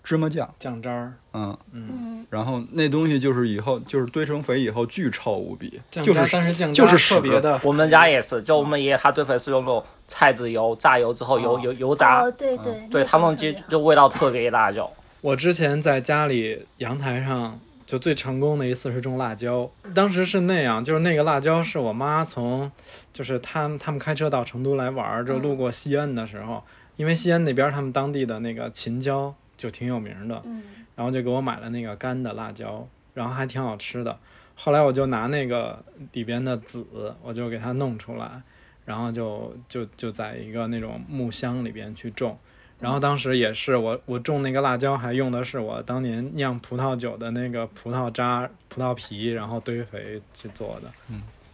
[SPEAKER 3] 芝麻酱，
[SPEAKER 2] 酱汁儿，
[SPEAKER 3] 嗯，
[SPEAKER 4] 嗯，
[SPEAKER 3] 然后那东西就是以后就是堆成肥以后巨臭无比，
[SPEAKER 2] 酱
[SPEAKER 3] 就
[SPEAKER 2] 渣
[SPEAKER 3] 是
[SPEAKER 2] 但是酱
[SPEAKER 3] 就
[SPEAKER 2] 渣
[SPEAKER 3] 是屎
[SPEAKER 2] 特别的，
[SPEAKER 1] 我们家也是，就我们爷爷他堆肥是用那种菜籽油榨油之后油油油
[SPEAKER 2] 哦
[SPEAKER 1] 炸，
[SPEAKER 4] 对
[SPEAKER 2] 嗯
[SPEAKER 4] 对
[SPEAKER 1] 哦对他们就就味道特别大就。
[SPEAKER 2] 我之前在家里阳台上就最成功的一次是种辣椒，当时是那样，就是那个辣椒是我妈从，就是他们他们开车到成都来玩儿，就路过西安的时候，因为西安那边儿他们当地的那个秦椒就挺有名的，
[SPEAKER 4] 嗯
[SPEAKER 2] 然后就给我买了那个干的辣椒，然后还挺好吃的。后来我就拿那个里边的籽，我就给它弄出来，然后就就就在一个那种木箱里边去种。然后当时也是我我种那个辣椒，还用的是我当年酿葡萄酒的那个葡萄渣、葡萄皮，然后堆肥去做的。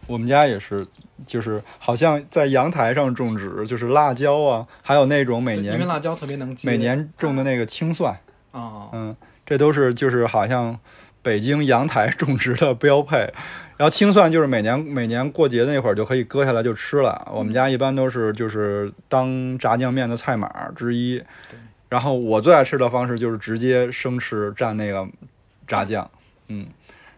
[SPEAKER 3] 我们家也是，就是好像在阳台上种植，就是辣椒啊，还有那种每
[SPEAKER 2] 对因为
[SPEAKER 3] 年
[SPEAKER 2] 辣椒特别能接，
[SPEAKER 3] 每年种的那个青蒜，
[SPEAKER 2] 啊、
[SPEAKER 3] 嗯，这都是就是好像北京阳台种植的标配。 然后青蒜就是每年每年过节那会儿就可以割下来就吃了。我们家一般都是就是当炸酱面的菜码儿之一。然后我最爱吃的方式就是直接生吃蘸那个炸酱，嗯。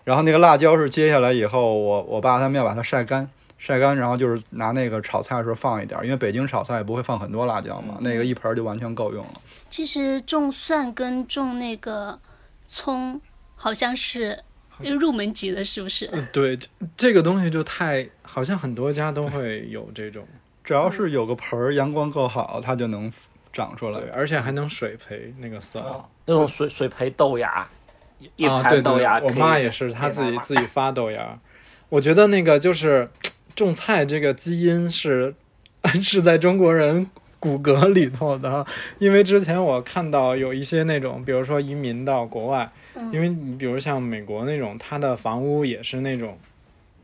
[SPEAKER 3] 然后那个辣椒是接下来以后，我我爸他们要把它晒干，晒干，然后就是拿那个炒菜的时候放一点儿，因为北京炒菜也不会放很多辣椒嘛，那个一盆儿就完全够用了。
[SPEAKER 4] 其实种蒜跟种那个葱好像是入门级的，是不是？
[SPEAKER 2] 嗯对，这这个东西就太好像很多家都会有这种，
[SPEAKER 3] 只要
[SPEAKER 4] 嗯
[SPEAKER 3] 是有个盆儿，阳光够好，它就能长出来
[SPEAKER 2] 对，。而且还能水培那个蒜。
[SPEAKER 1] 那种水水培豆芽，一一
[SPEAKER 2] 啊，对
[SPEAKER 1] 盘豆
[SPEAKER 2] 对，
[SPEAKER 1] 芽可
[SPEAKER 2] 我
[SPEAKER 1] 以。
[SPEAKER 2] 妈也是，她自
[SPEAKER 1] 可以
[SPEAKER 2] 己
[SPEAKER 1] 拿
[SPEAKER 2] 自己发豆芽。我觉得那个就是种菜这个基因是是在中国人骨骼里头的，因为之前我看到有一些那种，比如说移民到国外，
[SPEAKER 1] 嗯
[SPEAKER 2] 因为你比如像美国那种，它的房屋也是那种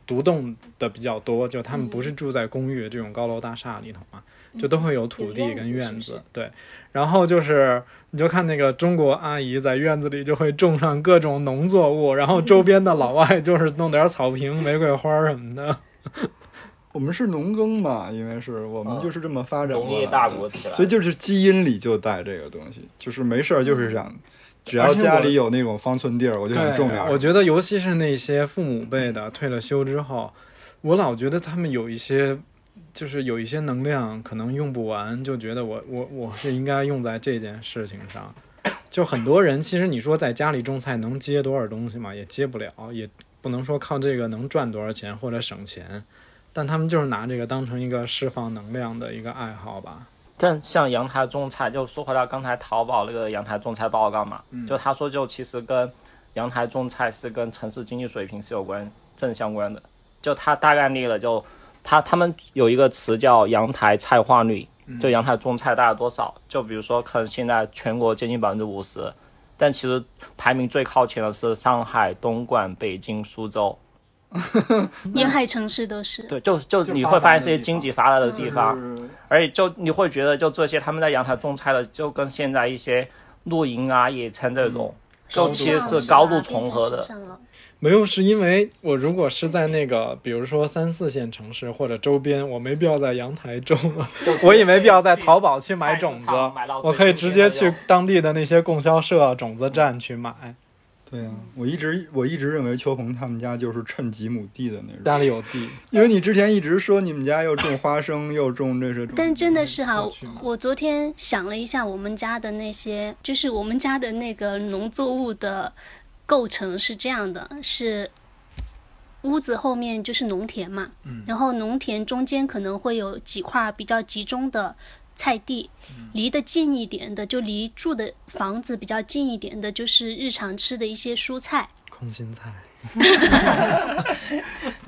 [SPEAKER 2] 独栋的比较多，就他们
[SPEAKER 1] 嗯
[SPEAKER 2] 不是住在公寓这种高楼大厦里头嘛，就都会有土地跟
[SPEAKER 4] 有院子
[SPEAKER 2] 院
[SPEAKER 4] 是
[SPEAKER 2] 子
[SPEAKER 4] 不是，
[SPEAKER 2] 对。然后就是你就看那个中国阿姨在院子里就会种上各种农作物，然 后周边的老外就是弄点草坪、玫瑰花什么的。
[SPEAKER 3] 我们是农耕嘛，因为是我们
[SPEAKER 1] 嗯
[SPEAKER 3] 就是这么发展
[SPEAKER 1] 农
[SPEAKER 3] 过
[SPEAKER 1] 业
[SPEAKER 3] 来
[SPEAKER 1] 大
[SPEAKER 3] 的
[SPEAKER 1] 国起来，
[SPEAKER 3] 所以就是基因里就带这个东西，就是没事儿就是想，
[SPEAKER 4] 嗯
[SPEAKER 3] 只
[SPEAKER 2] 而
[SPEAKER 3] 要
[SPEAKER 2] 且
[SPEAKER 3] 家
[SPEAKER 2] 我
[SPEAKER 3] 里有那种方寸地儿，我就想
[SPEAKER 2] 对，
[SPEAKER 3] 种点
[SPEAKER 2] 我
[SPEAKER 3] 儿。
[SPEAKER 2] 觉得尤其是那些父母辈的退了休之后，我老觉得他们有一些，就是有一些能量可能用不完，就觉得我我我是应该用在这件事情上。就很多人其实你说在家里种菜能接多少东西嘛，也接不了，也不能说靠这个能赚多少钱或者省钱，但他们就是拿这个当成一个释放能量的一个爱好吧。
[SPEAKER 1] 但像阳台种菜，就说回到刚才淘宝那个阳台种菜报告嘛，
[SPEAKER 2] 嗯
[SPEAKER 1] 就他说就其实跟阳台种菜是跟城市经济水平是有关正相关的。就他大概列了就他他们有一个词叫阳台菜化率，
[SPEAKER 2] 嗯
[SPEAKER 1] 就阳台种菜大概多少？就比如说可能现在全国接近百分之五十，但其实排名最靠前的是上海、东莞、北京、苏州。
[SPEAKER 4] 沿海城市都是。
[SPEAKER 1] 对，就就
[SPEAKER 3] 就
[SPEAKER 1] 你
[SPEAKER 3] 发
[SPEAKER 1] 会
[SPEAKER 3] 达
[SPEAKER 1] 发现
[SPEAKER 3] 的
[SPEAKER 1] 这些
[SPEAKER 3] 地
[SPEAKER 1] 经
[SPEAKER 3] 方
[SPEAKER 1] 济发达的地方，而且就你会觉得，就这些他们在阳台种菜的，就跟现在一些露营啊、野餐这种，就其
[SPEAKER 4] 啊
[SPEAKER 1] 实是高度重合的。
[SPEAKER 2] 没有，是因为我如果是在那个，比如说三四线城市或者周边，我没必要在阳台种了，我也没必要在淘宝去嗯买种子
[SPEAKER 1] 菜市场买到，最
[SPEAKER 2] 我可以直接
[SPEAKER 1] 新鲜
[SPEAKER 2] 去
[SPEAKER 1] 的
[SPEAKER 2] 当地的那些供销社、啊种子站去买。
[SPEAKER 1] 嗯
[SPEAKER 3] 对呀、我一直我一直认为邱鹏他们家就是趁几亩地的那
[SPEAKER 2] 家
[SPEAKER 3] 种，
[SPEAKER 2] 里有地，
[SPEAKER 3] 因为你之前一直说你们家又种花生又种这是种，
[SPEAKER 4] 但真的是哈、
[SPEAKER 2] 我去买
[SPEAKER 4] 我昨天想了一下，我们家的那些，就是我们家的那个农作物的构成是这样的：是屋子后面就是农田嘛，然后农田中间可能会有几块比较集中的菜地，离得近一点的，就离住的房子比较近一点的，就是日常吃的一些蔬菜。
[SPEAKER 2] 空心菜。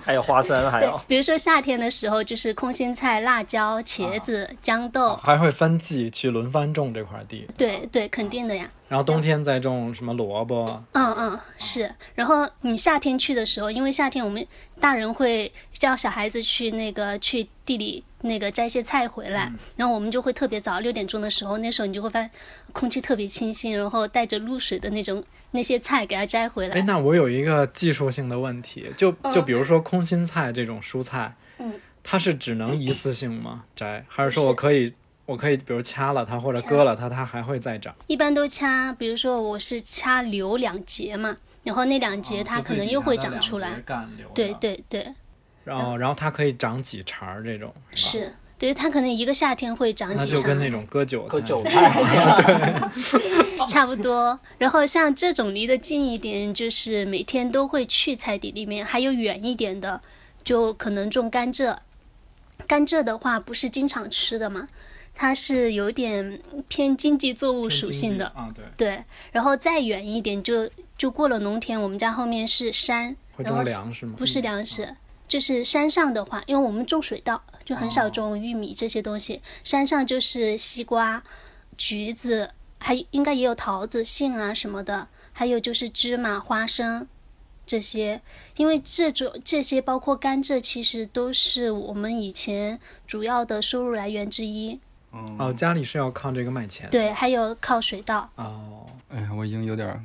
[SPEAKER 1] 还有花生，还
[SPEAKER 4] 对
[SPEAKER 1] 有，
[SPEAKER 4] 比如说夏天的时候，就是空心菜、辣椒、茄
[SPEAKER 2] 哦
[SPEAKER 4] 子、豇豆，
[SPEAKER 2] 还会分季去轮番种这块地，
[SPEAKER 4] 对对，肯定的呀。
[SPEAKER 2] 然后
[SPEAKER 1] 嗯
[SPEAKER 2] 冬天再种什么萝卜，
[SPEAKER 4] 嗯嗯，是。然后你夏天去的时候，因为夏天我们大人会叫小孩子去那个去地里那个摘一些菜回来，
[SPEAKER 2] 嗯
[SPEAKER 4] 然后我们就会特别早，六点钟的时候，那时候你就会发现空气特别清新，然后带着露水的那种那些菜给它摘回
[SPEAKER 2] 哎
[SPEAKER 4] 来，。
[SPEAKER 2] 那我有一个技术性的问题，就就比如说空心菜这种蔬菜，
[SPEAKER 4] 嗯
[SPEAKER 2] 它是只能一次性吗？摘，还是说我可以，我可以，比如掐了它或者割了它，它还会再长？
[SPEAKER 4] 一般都掐，比如说我是掐留两节嘛，然后那两
[SPEAKER 2] 哦
[SPEAKER 4] 节它可能又会长出来。。对对对，
[SPEAKER 2] 然后，然后它可以长几茬儿这种，吧，
[SPEAKER 4] 是，对，它可能一个夏天会长
[SPEAKER 2] 那
[SPEAKER 4] 几
[SPEAKER 2] 就
[SPEAKER 4] 茬
[SPEAKER 2] 跟。那种割韭菜。
[SPEAKER 1] 割韭菜
[SPEAKER 4] 差不多。然后像这种离得近一点，就是每天都会去菜地里面；还有远一点的，就可能种甘蔗。甘蔗的话不是经常吃的嘛，它是有点偏经济作物属性的，
[SPEAKER 2] 啊，对，
[SPEAKER 4] 对。然后再远一点就就过了农田，我们家后面是山，
[SPEAKER 2] 会
[SPEAKER 4] 然后
[SPEAKER 2] 种粮食吗？
[SPEAKER 4] 不是粮食，就是山上的话，因为我们种水稻，就很
[SPEAKER 2] 哦
[SPEAKER 4] 少种玉米这些东西。山上就是西瓜、橘子，还应该也有桃子、杏啊什么的，还有就是芝麻、花生这些。因为这种这些包括甘蔗，其实都是我们以前主要的收入来源之一。
[SPEAKER 3] 嗯，
[SPEAKER 2] 哦，家里是要靠这个卖钱。
[SPEAKER 4] 对，还有靠水稻。
[SPEAKER 2] 哦，
[SPEAKER 3] 哎呀，我已经有点儿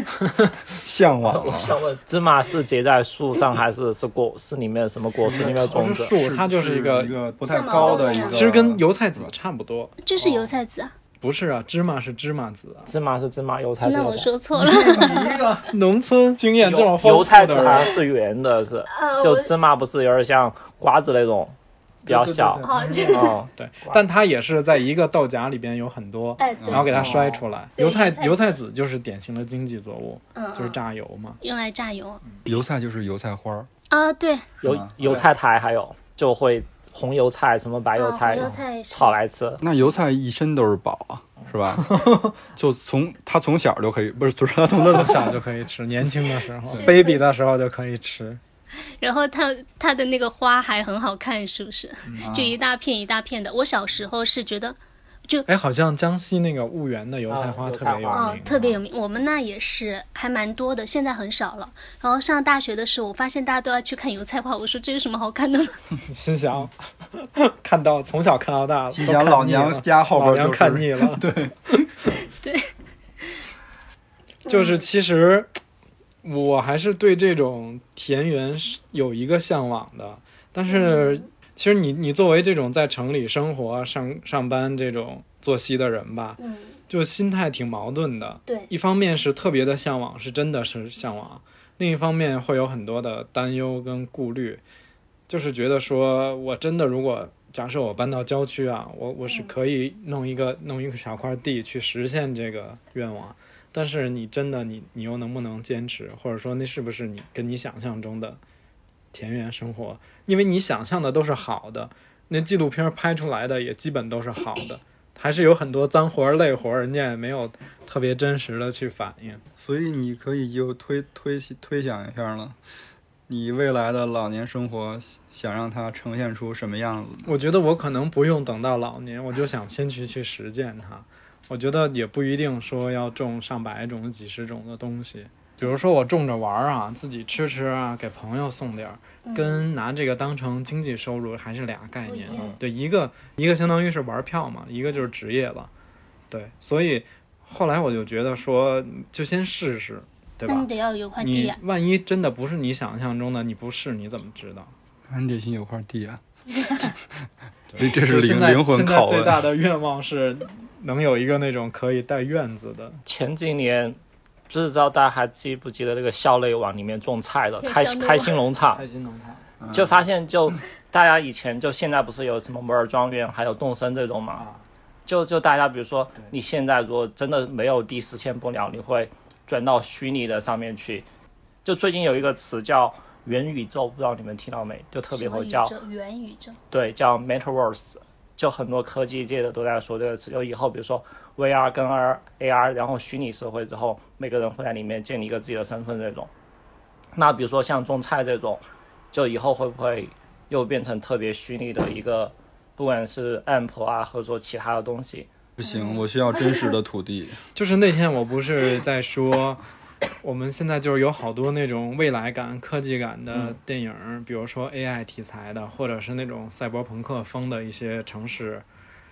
[SPEAKER 3] 向往
[SPEAKER 1] 我
[SPEAKER 3] 了。
[SPEAKER 1] 想问，芝麻是结在树上，还是是果是里面什么果实里面的种
[SPEAKER 2] 嗯是
[SPEAKER 1] 子？
[SPEAKER 2] 树，它就是一
[SPEAKER 3] 一
[SPEAKER 2] 个，
[SPEAKER 3] 个不太高的一
[SPEAKER 4] 像毛豆那
[SPEAKER 3] 个，
[SPEAKER 4] 样
[SPEAKER 2] 其实跟油菜籽差不多。
[SPEAKER 4] 就是油菜籽啊，
[SPEAKER 2] 不是啊，芝麻是芝麻籽啊。
[SPEAKER 1] 芝麻是芝麻，油菜是
[SPEAKER 4] 那
[SPEAKER 1] 油
[SPEAKER 4] 我
[SPEAKER 1] 菜。
[SPEAKER 4] 说 错了，
[SPEAKER 2] 一个农村经验这么
[SPEAKER 1] 油
[SPEAKER 2] 丰
[SPEAKER 1] 油
[SPEAKER 2] 富
[SPEAKER 1] 菜
[SPEAKER 2] 的
[SPEAKER 1] 籽好像
[SPEAKER 2] 人，
[SPEAKER 1] 是圆的，是
[SPEAKER 4] 呃，
[SPEAKER 1] 就
[SPEAKER 4] 我
[SPEAKER 1] 芝麻不是有点像瓜子那种，比较小
[SPEAKER 2] 对。
[SPEAKER 4] 好，这
[SPEAKER 1] 嗯，
[SPEAKER 2] 对，但它也是在一个豆荚里边有很多，
[SPEAKER 4] 哎对
[SPEAKER 2] 然后给它筛出来。
[SPEAKER 4] 对
[SPEAKER 2] 油菜
[SPEAKER 4] 油菜籽
[SPEAKER 2] 油菜籽就是典型的经济作物，
[SPEAKER 4] 嗯
[SPEAKER 2] 就是榨嗯油嘛。
[SPEAKER 4] 用来榨油
[SPEAKER 3] 油菜就是油菜花儿，
[SPEAKER 4] 啊，对，
[SPEAKER 1] 油
[SPEAKER 3] 是吗
[SPEAKER 1] 油菜苔还有就会红油菜什么白油
[SPEAKER 4] 啊
[SPEAKER 1] 菜
[SPEAKER 4] 红油菜是
[SPEAKER 1] 炒来吃。
[SPEAKER 3] 那油菜一身都是宝啊，是 吧？就从他从小就可以，不是，就是他从他
[SPEAKER 2] 从小就可以吃，年轻的时候
[SPEAKER 4] 是
[SPEAKER 2] ，baby 的时候就可以吃。
[SPEAKER 4] 然后它它的那个花还很好看，是不是？
[SPEAKER 2] 嗯
[SPEAKER 4] 就一大片一大片的。我小时候是觉得，
[SPEAKER 2] 哎，好像江西那个婺源的油菜花
[SPEAKER 1] 啊
[SPEAKER 2] 特别有
[SPEAKER 1] 油菜花
[SPEAKER 4] 哦
[SPEAKER 2] 名，，
[SPEAKER 4] 特别有名。我们那也是还蛮多的，现在很少了。然后上大学的时候，我发现大家都要去看油菜花，我说这有什么好看 的吗？
[SPEAKER 2] 心想 看到从小看到大，
[SPEAKER 3] 心
[SPEAKER 2] 都
[SPEAKER 3] 想
[SPEAKER 2] 看
[SPEAKER 3] 老
[SPEAKER 2] 腻了
[SPEAKER 3] 娘家后边
[SPEAKER 2] 老
[SPEAKER 3] 就
[SPEAKER 2] 娘
[SPEAKER 3] 是
[SPEAKER 2] 看腻了，对
[SPEAKER 4] 对，
[SPEAKER 2] 就是其实我还是对这种田园是有一个向往的，但是其实你你作为这种在城里生活上上班这种作息的人吧，
[SPEAKER 4] 嗯，
[SPEAKER 2] 就心态挺矛盾的，
[SPEAKER 4] 对，
[SPEAKER 2] 一方面是特别的向往，是真的是向往；另一方面会有很多的担忧跟顾虑，就是觉得说我真的如果假设我搬到郊区啊，我我是可以弄一个弄一个小块地去实现这个愿望。但是你真的你你又能不能坚持，或者说那是不是你跟你想象中的田园生活？因为你想象的都是好的，那纪录片拍出来的也基本都是好的，还是有很多脏活儿累活儿，人家也没有特别真实的去反映。
[SPEAKER 3] 所以你可以就推推推想一下了，你未来的老年生活想让它呈现出什么样子？
[SPEAKER 2] 我觉得我可能不用等到老年，我就想先去去实践它。我觉得也不一定说要种上百种、几十种的东西，比如说我种着玩儿啊，自己吃吃啊，给朋友送点儿，跟拿这个当成经济收入还是俩概念
[SPEAKER 4] 嗯不一样。
[SPEAKER 2] 对，一个一个相当于是玩票嘛，一个就是职业了。对，所以后来我就觉得说，就先试试，对
[SPEAKER 4] 那
[SPEAKER 2] 吧
[SPEAKER 4] 你？得要有块地啊
[SPEAKER 2] 你
[SPEAKER 4] 呀、
[SPEAKER 2] 万一真的不是你想象中的，你不试你怎么知道？
[SPEAKER 3] 你得心有块地 啊，这这
[SPEAKER 2] 就是
[SPEAKER 3] 灵
[SPEAKER 2] 现在
[SPEAKER 3] 灵魂
[SPEAKER 2] 现在
[SPEAKER 3] 拷
[SPEAKER 2] 最大
[SPEAKER 3] 问。
[SPEAKER 2] 的愿望是能有一个那种可以带院子的，
[SPEAKER 1] 前几年不知道大家还记不记得那个校内网里面种菜的
[SPEAKER 4] 对
[SPEAKER 1] 开
[SPEAKER 4] 校内网
[SPEAKER 1] 开心农场，
[SPEAKER 2] 心农场。
[SPEAKER 1] 就发现就大家以前就现在不是有什么摩尔庄园还有动森这种嘛
[SPEAKER 2] 啊，
[SPEAKER 1] 就就大家比如说你现在如果真的没有地实现不了，你会转到虚拟的上面去。就最近有一个词叫元宇宙，不知道你们听到没？就特别
[SPEAKER 4] 什么
[SPEAKER 1] 会
[SPEAKER 4] 宇
[SPEAKER 1] 叫
[SPEAKER 4] 宙、元宇宙，
[SPEAKER 1] 对，叫 Metaverse，就很多科技界的都在说这个词。就以后比如说 VR 跟 R AR，然后虚拟社会之后，每个人会在里面建立一个自己的身份这种。那比如说像种菜这种，就以后会不会又变成特别虚拟的一个，不管是 app 啊，或者说其他的东西，
[SPEAKER 3] 不行，我需要真实的土地。
[SPEAKER 2] 就是那天我不是在说，我们现在就是有好多那种未来感、科技感的电影，比如说 AI 题材的，或者是那种赛博朋克风的一些城市。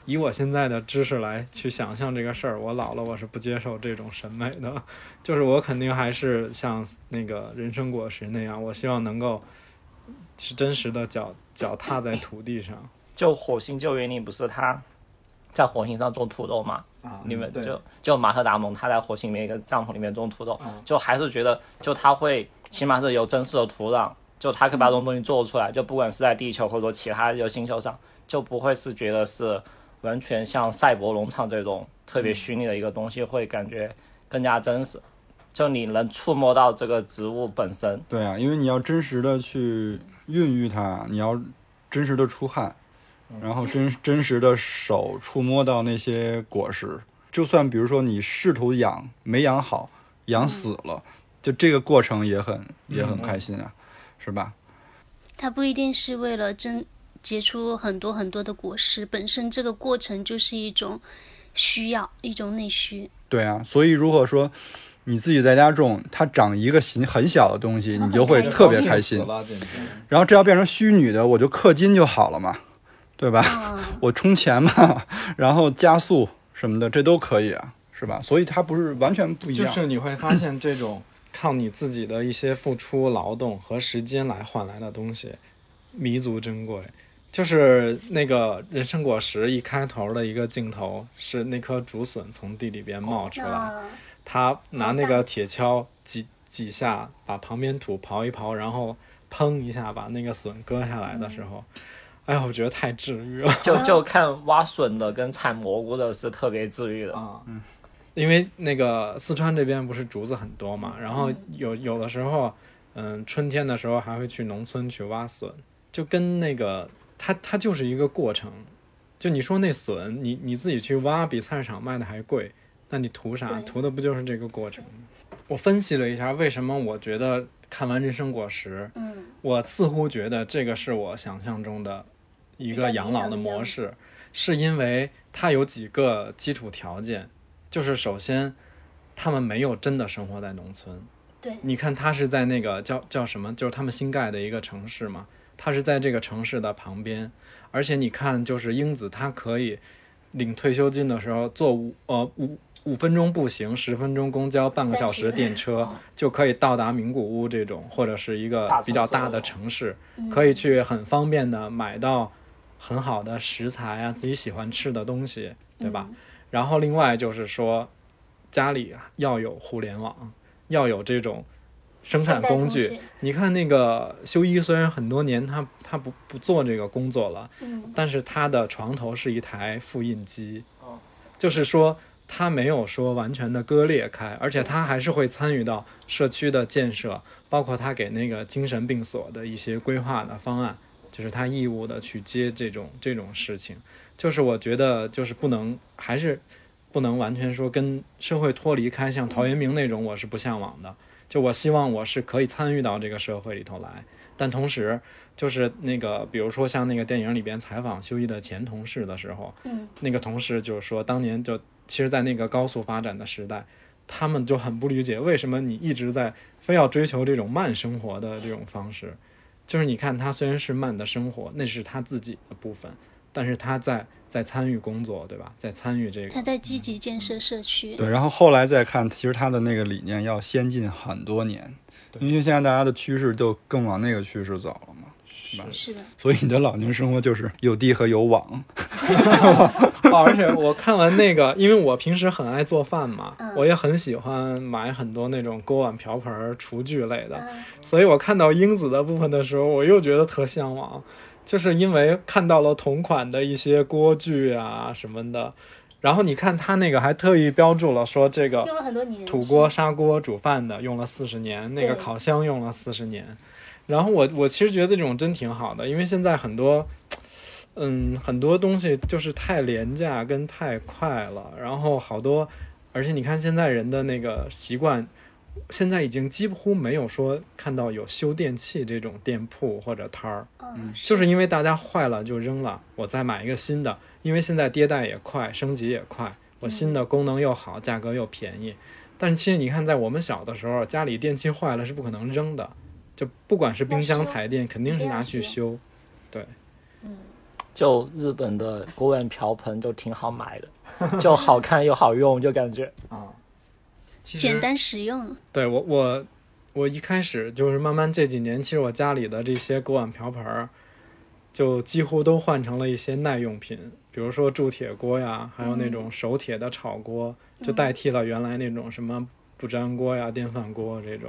[SPEAKER 2] 以我现在的知识来去想象这个事儿，我老了我是不接受这种审美的， 就是我肯定还是像那个人参果实那样，我希望能够是真实的脚脚踏在土地上。
[SPEAKER 1] 就火星救援你不是他在火星上种土豆嘛？
[SPEAKER 2] 啊
[SPEAKER 1] 你们就就马特达蒙他在火星里面一个帐篷里面种土豆
[SPEAKER 2] 嗯，
[SPEAKER 1] 就还是觉得就他会起码是有真实的土壤，就他可以把这种东西做出来，就不管是在地球或者说其他一个星球上，就不会是觉得是完全像赛博农场这种特别虚拟的一个东西，会感觉更加真实。就你能触摸到这个植物本身，
[SPEAKER 3] 对啊，因为你要真实的去孕育它，你要真实的出汗，然后真真实的手触摸到那些果实，就算比如说你试图养没养好，养死了，就这个过程也很也很开心啊，是吧？
[SPEAKER 4] 它不一定是为了真结出很多很多的果实，本身这个过程就是一种需要，一种内需。
[SPEAKER 3] 对啊，所以如果说你自己在家种，它长一个很很小的东西，你就会特别开
[SPEAKER 2] 死
[SPEAKER 3] 心。
[SPEAKER 2] 了，简直。
[SPEAKER 3] 然后这要变成虚拟的，我就氪金就好了嘛，对吧？ 我充钱嘛， 然后加速什么的，这都可以啊，是吧？所以它不是完全不一
[SPEAKER 2] 就
[SPEAKER 3] 样。
[SPEAKER 2] 是你会发现，这种靠你自己的一些付出、劳动和时间来换来的东西，弥足珍贵。就是那个人参果实一开头的一个镜头，是那颗竹笋从地里边冒出来，
[SPEAKER 4] 哦啊
[SPEAKER 2] 他拿那个铁锹几几下把旁边土刨一刨，然后砰一下把那个笋割下来的时候，哎呀，我觉得太治愈了。
[SPEAKER 1] 就就看挖笋的跟采蘑菇的是特别治愈的。
[SPEAKER 2] 啊，嗯，因为那个四川这边不是竹子很多嘛，然后有有的时候，嗯，春天的时候还会去农村去挖笋，就跟那个它它就是一个过程，就你说那笋，你你自己去挖比菜市场卖的还贵，那你图啥？
[SPEAKER 4] 对
[SPEAKER 2] 图的不就是这个过程吗？我分析了一下，为什么我觉得看完《人参果实》，
[SPEAKER 4] 嗯，
[SPEAKER 2] 我似乎觉得这个是我想象中的一个养老的模式，是因为它有几个基础条件，就是首先，他们没有真的生活在农村。
[SPEAKER 4] 对
[SPEAKER 2] 你看他是在那个叫叫什么，就是他们新盖的一个城市嘛，他是在这个城市的旁边，而且你看，就是英子她可以领退休金的时候坐五呃五。五分钟步行，十分钟公交，半个小时电车就可以到达名古屋这种，或者是一个
[SPEAKER 1] 大城市
[SPEAKER 2] 比较大的城市，可以去很方便的买到很好的食材啊，自己喜欢吃的东西，对吧？
[SPEAKER 4] 嗯
[SPEAKER 2] 然后另外就是说，家里啊要有互联网，要有这种生产
[SPEAKER 4] 现
[SPEAKER 2] 工
[SPEAKER 4] 代工
[SPEAKER 2] 具
[SPEAKER 4] 具。
[SPEAKER 2] 你看那个修一，虽然很多年他他不不做这个工作了，
[SPEAKER 4] 嗯，
[SPEAKER 2] 但是他的床头是一台复印机
[SPEAKER 1] 哦，
[SPEAKER 2] 就是说他没有说完全的割裂开，而且他还是会参与到社区的建设，包括他给那个精神病所的一些规划的方案，就是他义务的去接这种这种事情。就是我觉得就是不能还是不能完全说跟社会脱离开，像陶渊明那种我是不向往的。就我希望我是可以参与到这个社会里头来，但同时就是那个，比如说像那个电影里边采访修一的前同事的时候，
[SPEAKER 4] 嗯，
[SPEAKER 2] 那个同事就是说，当年就其实，在那个高速发展的时代，他们就很不理解为什么你一直在非要追求这种慢生活的这种方式。就是你看，他虽然是慢的生活，那是他自己的部分，但是他在在参与工作，对吧？在参与这个
[SPEAKER 4] 他，在积极建设社区。
[SPEAKER 3] 对，然后后来再看，其实它的那个理念要先进很多年，因为现在大家的趋势就更往那个趋势走了嘛。
[SPEAKER 4] 是的，
[SPEAKER 3] 所以你的老年生活就是有地和有网，
[SPEAKER 2] 哦，而且我看完那个，因为我平时很爱做饭嘛，我也很喜欢买很多那种锅碗瓢盆儿、厨具类的，所以我看到英子的部分的时候，我又觉得特向往，就是因为看到了同款的一些锅具啊什么的。然后你看他那个还特意标注了说这个
[SPEAKER 4] 用了很多年
[SPEAKER 2] 土锅、砂锅煮饭的用了四十年，那个
[SPEAKER 4] 对
[SPEAKER 2] 烤箱用了四十年。然后我我其实觉得这种真挺好的，因为现在很多，嗯，很多东西就是太廉价跟太快了，然后好多，而且你看现在人的那个习惯，现在已经几乎没有说看到有修电器这种店铺或者摊儿，
[SPEAKER 4] 嗯，
[SPEAKER 2] 就是因为大家坏了就扔了，我再买一个新的，因为现在迭代也快，升级也快，我新的功能又好，价格又便宜。但其实你看，在我们小的时候，家里电器坏了是不可能扔的，就不管是冰箱、
[SPEAKER 4] 要修
[SPEAKER 2] 彩电，肯定是拿去
[SPEAKER 4] 一定要
[SPEAKER 2] 修。
[SPEAKER 1] 就日本的锅碗瓢盆就挺好买的， 就好看又好用，就感觉
[SPEAKER 2] 啊
[SPEAKER 4] 简单实用。
[SPEAKER 2] 对我我我一开始就是慢慢这几年，其实我家里的这些锅碗瓢盆儿，就几乎都换成了一些耐用品，比如说铸铁锅呀，还有那种手铁的炒锅，就代替了原来那种什么不粘锅呀、电饭锅这种。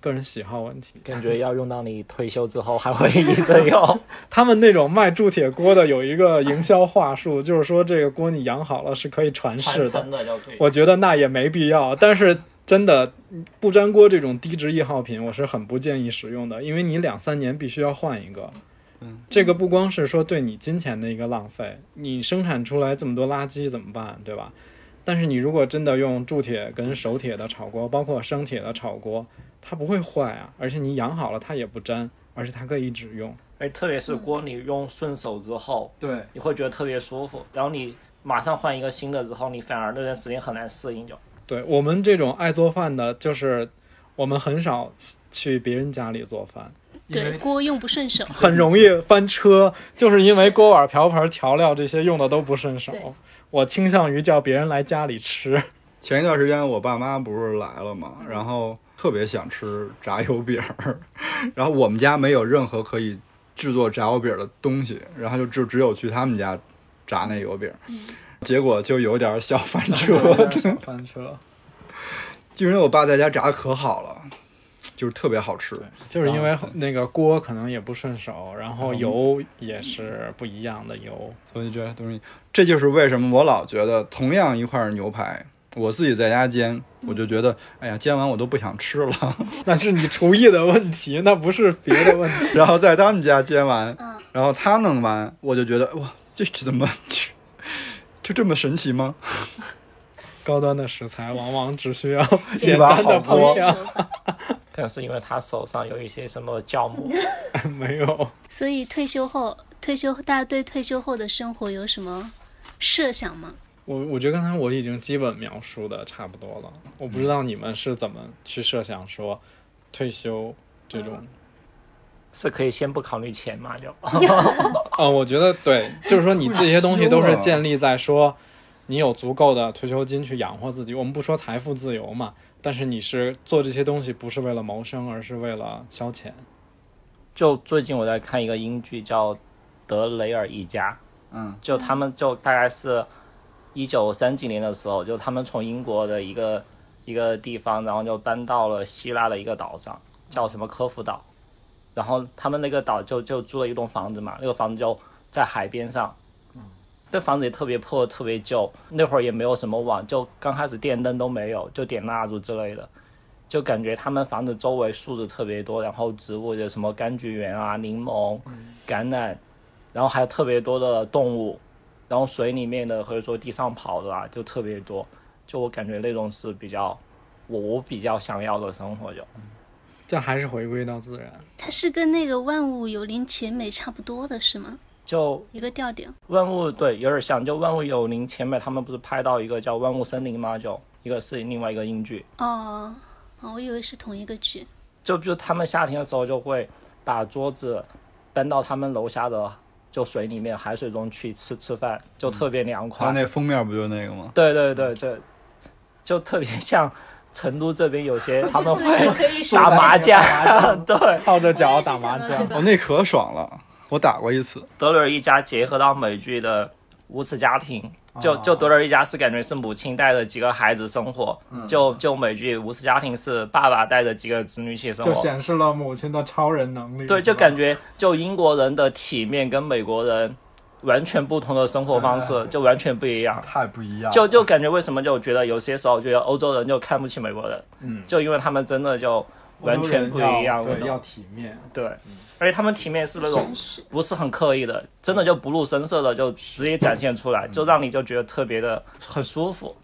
[SPEAKER 2] 个人喜好问题，
[SPEAKER 1] 感觉要用到你退休之后还会一直 用。
[SPEAKER 2] 他们那种卖铸铁锅的有一个营销话术，就是说这个锅你养好了是可以传世的，
[SPEAKER 1] 的就可以
[SPEAKER 2] 我觉得那也没必要。但是真的不粘锅这种低值易耗品，我是很不建议使用的，因为你两三年必须要换一个。这个不光是说对你金钱的一个浪费，你生产出来这么多垃圾怎么办，对吧？但是你如果真的用铸铁跟手铁的炒锅，包括生铁的炒锅，它不会坏啊，而且你养好了它也不粘，而且它可以一直用。
[SPEAKER 1] 哎，特别是锅你用顺手之后，
[SPEAKER 2] 对，
[SPEAKER 1] 你会觉得特别舒服，然后你马上换一个新的之后，你反而那段时间很难适应就。
[SPEAKER 2] 对我们这种爱做饭的，就是我们很少去别人家里做饭，因
[SPEAKER 4] 对
[SPEAKER 2] 为
[SPEAKER 4] 锅用不顺 手，
[SPEAKER 2] 很容易翻车，就是因为锅碗瓢盆调料这些用的都不顺
[SPEAKER 4] 对
[SPEAKER 2] 手。我倾向于叫别人来家里吃，
[SPEAKER 3] 前一段时间我爸妈不是来了嘛，然后特别想吃炸油饼儿，然后我们家没有任何可以制作炸油饼儿的东西，然后就只只有去他们家炸那油饼儿，结果就有点小翻 车。
[SPEAKER 2] 小翻 车，
[SPEAKER 3] 就因为我爸在家炸的可好了，就是特别好吃。
[SPEAKER 2] 就是因为那个锅可能也不顺手，然后油也是不一样的油。
[SPEAKER 3] 所以这东西，这就是为什么我老觉得同样一块牛排，我自己在家煎，我就觉得，哎呀，煎完我都不想吃了。
[SPEAKER 2] 那是你厨艺的问题，那不是别的问 题。
[SPEAKER 3] 然后在他们家煎完
[SPEAKER 4] 嗯，
[SPEAKER 3] 然后他弄完，我就觉得哇，这这怎么这 就这么神奇吗？
[SPEAKER 2] 高端的食材往往只需要
[SPEAKER 3] 一
[SPEAKER 2] 简
[SPEAKER 3] 把
[SPEAKER 2] 单
[SPEAKER 3] 好
[SPEAKER 2] 的烹
[SPEAKER 3] 锅。
[SPEAKER 2] 调，
[SPEAKER 1] 可能是因为他手上有一些什么酵母，
[SPEAKER 2] 没有。
[SPEAKER 4] 所以退休后，退休大家对退休后的生活有什么设想吗？
[SPEAKER 2] 我我觉得刚才我已经基本描述的差不多了，我不知道你们是怎么去设想说退休这种
[SPEAKER 1] 是可以先不考虑钱嘛就。
[SPEAKER 2] 啊、我觉得对，就是说你这些东西都是
[SPEAKER 3] 退 休了
[SPEAKER 2] 建立在说你有足够的退休金去养活自己。我们不说财富自由嘛，但是你是做这些东西不是为了谋生，而是为了消遣。
[SPEAKER 1] 就最近我在看一个英剧叫《德雷尔一家》，
[SPEAKER 3] 嗯，
[SPEAKER 1] 就他们就大概是一九三几年的时候，就他们从英国的一个一个地方，然后就搬到了希腊的一个岛上，叫什么科孚岛。然后他们那个岛就就租了一栋房子嘛，那个房子就在海边上，那房子也特别破，特别旧，那会儿也没有什么网，就刚开始电灯都没有，就点蜡烛之类的。就感觉他们房子周围树子特别多，然后植物有什么柑橘园啊、柠檬、橄榄，然后还有特别多的动物，然后水里面的或者说地上跑的啊，就特别多。就我感觉那种是比较我我比较想要的生活就，
[SPEAKER 2] 这还是回归到自然。
[SPEAKER 4] 它是跟那个万物有灵且美差不多的是吗？
[SPEAKER 1] 就
[SPEAKER 4] 一个调调。
[SPEAKER 1] 万物对有点像，就万物有灵。前面他们不是拍到一个叫《万物森林》吗？就一个是另外一个英剧，
[SPEAKER 4] 哦，哦，我以为是同一个剧。
[SPEAKER 1] 就比如他们夏天的时候就会把桌子搬到他们楼下的就水里面海水中去吃吃饭，就特别凉快。
[SPEAKER 3] 他那封面不就那个吗？
[SPEAKER 1] 对对对，这就特别像成都这边有 些他们会
[SPEAKER 4] 可以
[SPEAKER 1] 打麻将
[SPEAKER 2] 打 麻，将
[SPEAKER 1] 对。
[SPEAKER 2] 抱着脚打麻将，
[SPEAKER 3] 哦，那可爽了，我打过一次。
[SPEAKER 1] 德雷尔一家结合到美剧的《无耻家庭》，就就德雷尔一家是感觉是母亲带着几个孩子生活，就就美剧《无耻家庭》是爸爸带着几个子女一起生活，
[SPEAKER 2] 示了母亲的超人能力
[SPEAKER 1] 对，就感觉就英国人的体面跟美国人完全不同的生活方式，就完全不一样。
[SPEAKER 3] 太不一样了
[SPEAKER 1] 就就感觉为什么就觉得有些时候觉得欧洲人就看不起美国人，
[SPEAKER 2] 嗯
[SPEAKER 1] 就因为他们真的就完全不一样
[SPEAKER 2] 对，要
[SPEAKER 1] 的，
[SPEAKER 2] 体面。
[SPEAKER 1] 对，而且他们体面是那种
[SPEAKER 4] 绅士。
[SPEAKER 1] 不是很刻意的，真的就不露声色的就直接展现出来，就让你就觉得特别的很舒 服。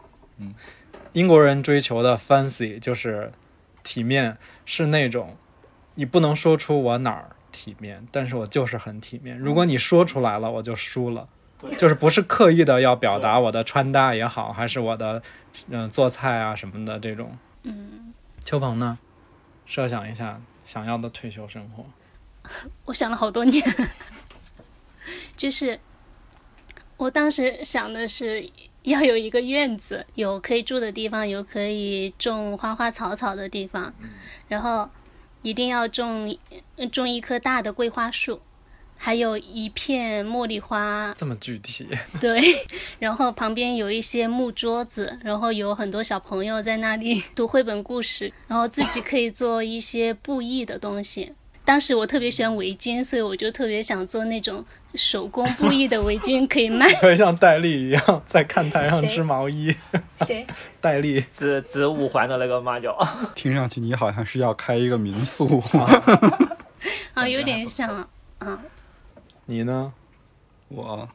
[SPEAKER 2] 英国人追求的 fancy 就是体面，是那种你不能说出我哪儿体面，但是我就是很体
[SPEAKER 4] 嗯
[SPEAKER 2] 面。如果你说出来了，我就输了。就是不是刻意的要表达我的穿搭也好，还是我的嗯、做菜啊什么的这种。
[SPEAKER 4] 嗯，
[SPEAKER 2] 秋鹏呢，设想一下想要的退休生活，
[SPEAKER 4] 我想了好多年，就是我当时想的是要有一个院子，有可以住的地方，有可以种花花草草的地方，然后一定要种呃种一棵大的桂花树，还有一片茉莉花
[SPEAKER 2] 这么具体，
[SPEAKER 4] 对，然后旁边有一些木桌子，然后有很多小朋友在那里 读绘本故事，然后自己可以做一些布艺的东西。当时我特别喜欢围巾，所以我就特别想做那种手工布艺的围巾，可以卖
[SPEAKER 2] 会像戴笠一样在看台上
[SPEAKER 4] 谁
[SPEAKER 2] 织毛衣。
[SPEAKER 4] 谁？
[SPEAKER 2] 戴笠
[SPEAKER 1] 只只五环的那个嘛 就，
[SPEAKER 3] 听上去你啊好像是要开一个民宿，
[SPEAKER 4] 啊，有点像啊。
[SPEAKER 2] 你呢？
[SPEAKER 3] 我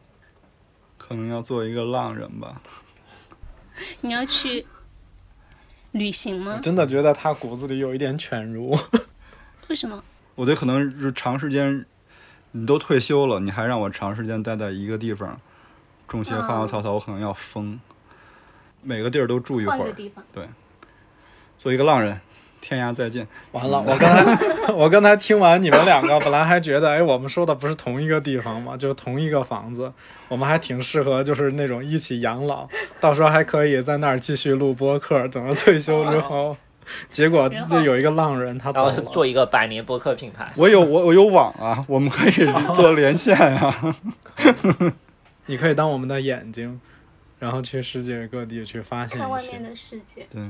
[SPEAKER 3] 可能要做一个浪人吧。
[SPEAKER 4] 你要去旅行
[SPEAKER 2] 我
[SPEAKER 4] 吗？
[SPEAKER 2] 真的觉得他骨子里有一点犬儒。
[SPEAKER 4] 为什么？
[SPEAKER 3] 我对可能是长时间，你都退休了，你还让我长时间待在一个地方，种些花花草草，我可能要疯。每个地儿都住一
[SPEAKER 4] 嗯换
[SPEAKER 3] 会
[SPEAKER 4] 个
[SPEAKER 3] 儿，
[SPEAKER 4] 地方。
[SPEAKER 3] 做一个浪人，天涯再见。
[SPEAKER 2] 完了，我刚才 我刚才听完你们两个，本来还觉得，哎，我们说的不是同一个地方吗？就同一个房子，我们还挺适合，就是那种一起养老，到时候还可以在那儿继续录播客，等到退休之后。结果
[SPEAKER 4] 然后
[SPEAKER 2] 就有一个浪人，他
[SPEAKER 1] 然
[SPEAKER 2] 走
[SPEAKER 1] 后
[SPEAKER 2] 了。
[SPEAKER 1] 做一个百年播客品牌。
[SPEAKER 3] 我有我我有网啊， 我们可以做连线 啊。
[SPEAKER 2] 你可以当我们的眼睛，然后去世界各地去发现一些。
[SPEAKER 4] 的世界。
[SPEAKER 3] 对，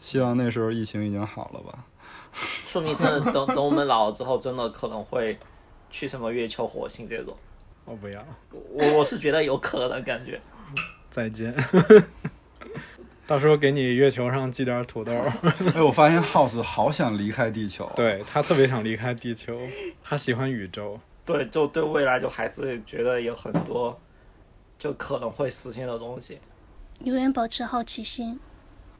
[SPEAKER 3] 希望那时候疫情已经好了吧。
[SPEAKER 1] 说明真的等等我们老了之后，真的可能会去什么月球、火星这种。
[SPEAKER 2] 我不要，
[SPEAKER 1] 我我是觉得有可能感觉。
[SPEAKER 2] 再见。 到时候给你月球上寄点土豆。
[SPEAKER 3] 哎，我发现 House 好想离开地球。，
[SPEAKER 2] 对他特别想离开地球，他喜欢宇宙。
[SPEAKER 1] 对，就对未来就还是觉得有很多就可能会实现的东西。
[SPEAKER 4] 永远保持好奇心。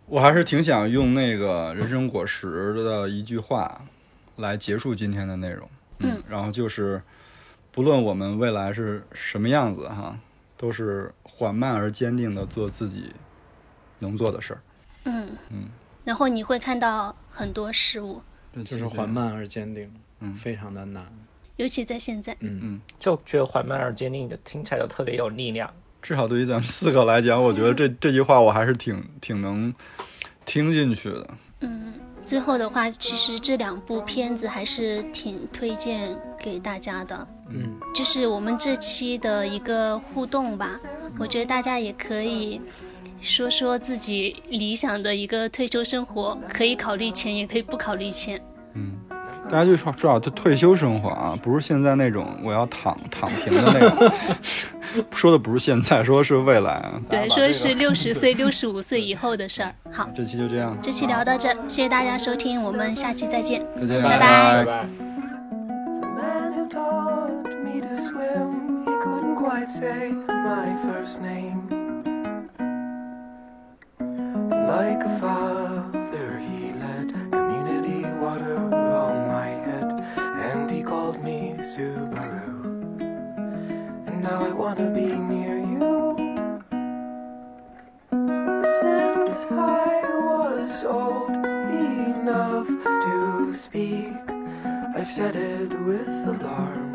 [SPEAKER 3] 我还是挺想用那个人参果实的一句话来结束今天的内容。
[SPEAKER 4] 嗯，
[SPEAKER 3] 然后就是，不论我们未来是什么样子哈，都是缓慢而坚定的做自己能做的事儿。
[SPEAKER 4] 嗯嗯。然后你会看到很多事物，
[SPEAKER 3] 这
[SPEAKER 2] 就
[SPEAKER 3] 其
[SPEAKER 2] 是
[SPEAKER 3] 实
[SPEAKER 2] 缓。慢而坚定，
[SPEAKER 3] 嗯
[SPEAKER 2] 非常的难。
[SPEAKER 4] 尤其在现在。
[SPEAKER 1] 就觉得缓慢而坚定，就听起来就特别有力量。
[SPEAKER 3] 至少对于咱们四个来讲，我觉得这
[SPEAKER 4] 嗯
[SPEAKER 3] 这句话我还是挺挺能听进去的。
[SPEAKER 4] 嗯最后的话，其实这两部片子还是挺推荐给大家的。
[SPEAKER 2] 嗯，
[SPEAKER 4] 就是我们这期的一个互动吧，我觉得大家也可以说说自己理想的一个退休生活，可以考虑钱，也可以不考虑钱。嗯
[SPEAKER 3] 大家就说至少就退休生活啊，不是现在那种我要躺躺平的那种。 说的不是现在，说的是未来啊。
[SPEAKER 4] 对，说是六十岁、六十五岁以后的事儿。好，
[SPEAKER 3] 这期就这样，
[SPEAKER 4] 这期聊到这，谢谢大家收听，我们下期再见。
[SPEAKER 3] 再见，
[SPEAKER 4] 拜
[SPEAKER 1] 拜
[SPEAKER 4] 拜
[SPEAKER 1] 拜。
[SPEAKER 5] The man who taught me to swim, he couldn't quite say my first name. Like a father, he led community water on my head, and he called me Subaru. And now I wanna be near you. Since I was old enough to speak, I've said it with alarm.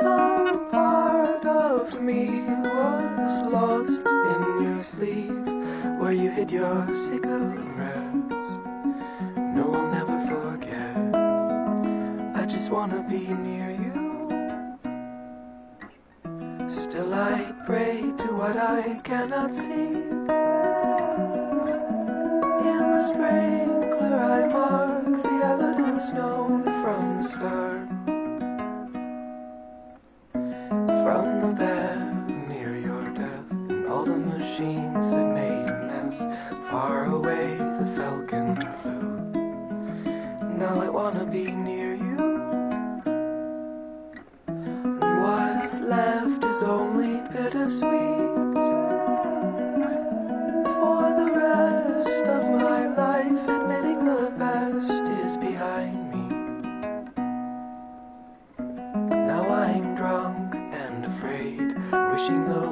[SPEAKER 5] Some part of me was lost in your sleeve, where you hid your cigarettes. No, I'll never forget. I just wanna be near you. Still, I pray to what I cannot see. In the sprinkler I mark the evidence known from the start. From the bed near your death and all the machines that made a mess. Far away the falcon flew. Now I wanna be near you. And what's left is only bittersweet. For the rest of my life, admitting the past is behind me. Now I'm drunk and afraid, wishing the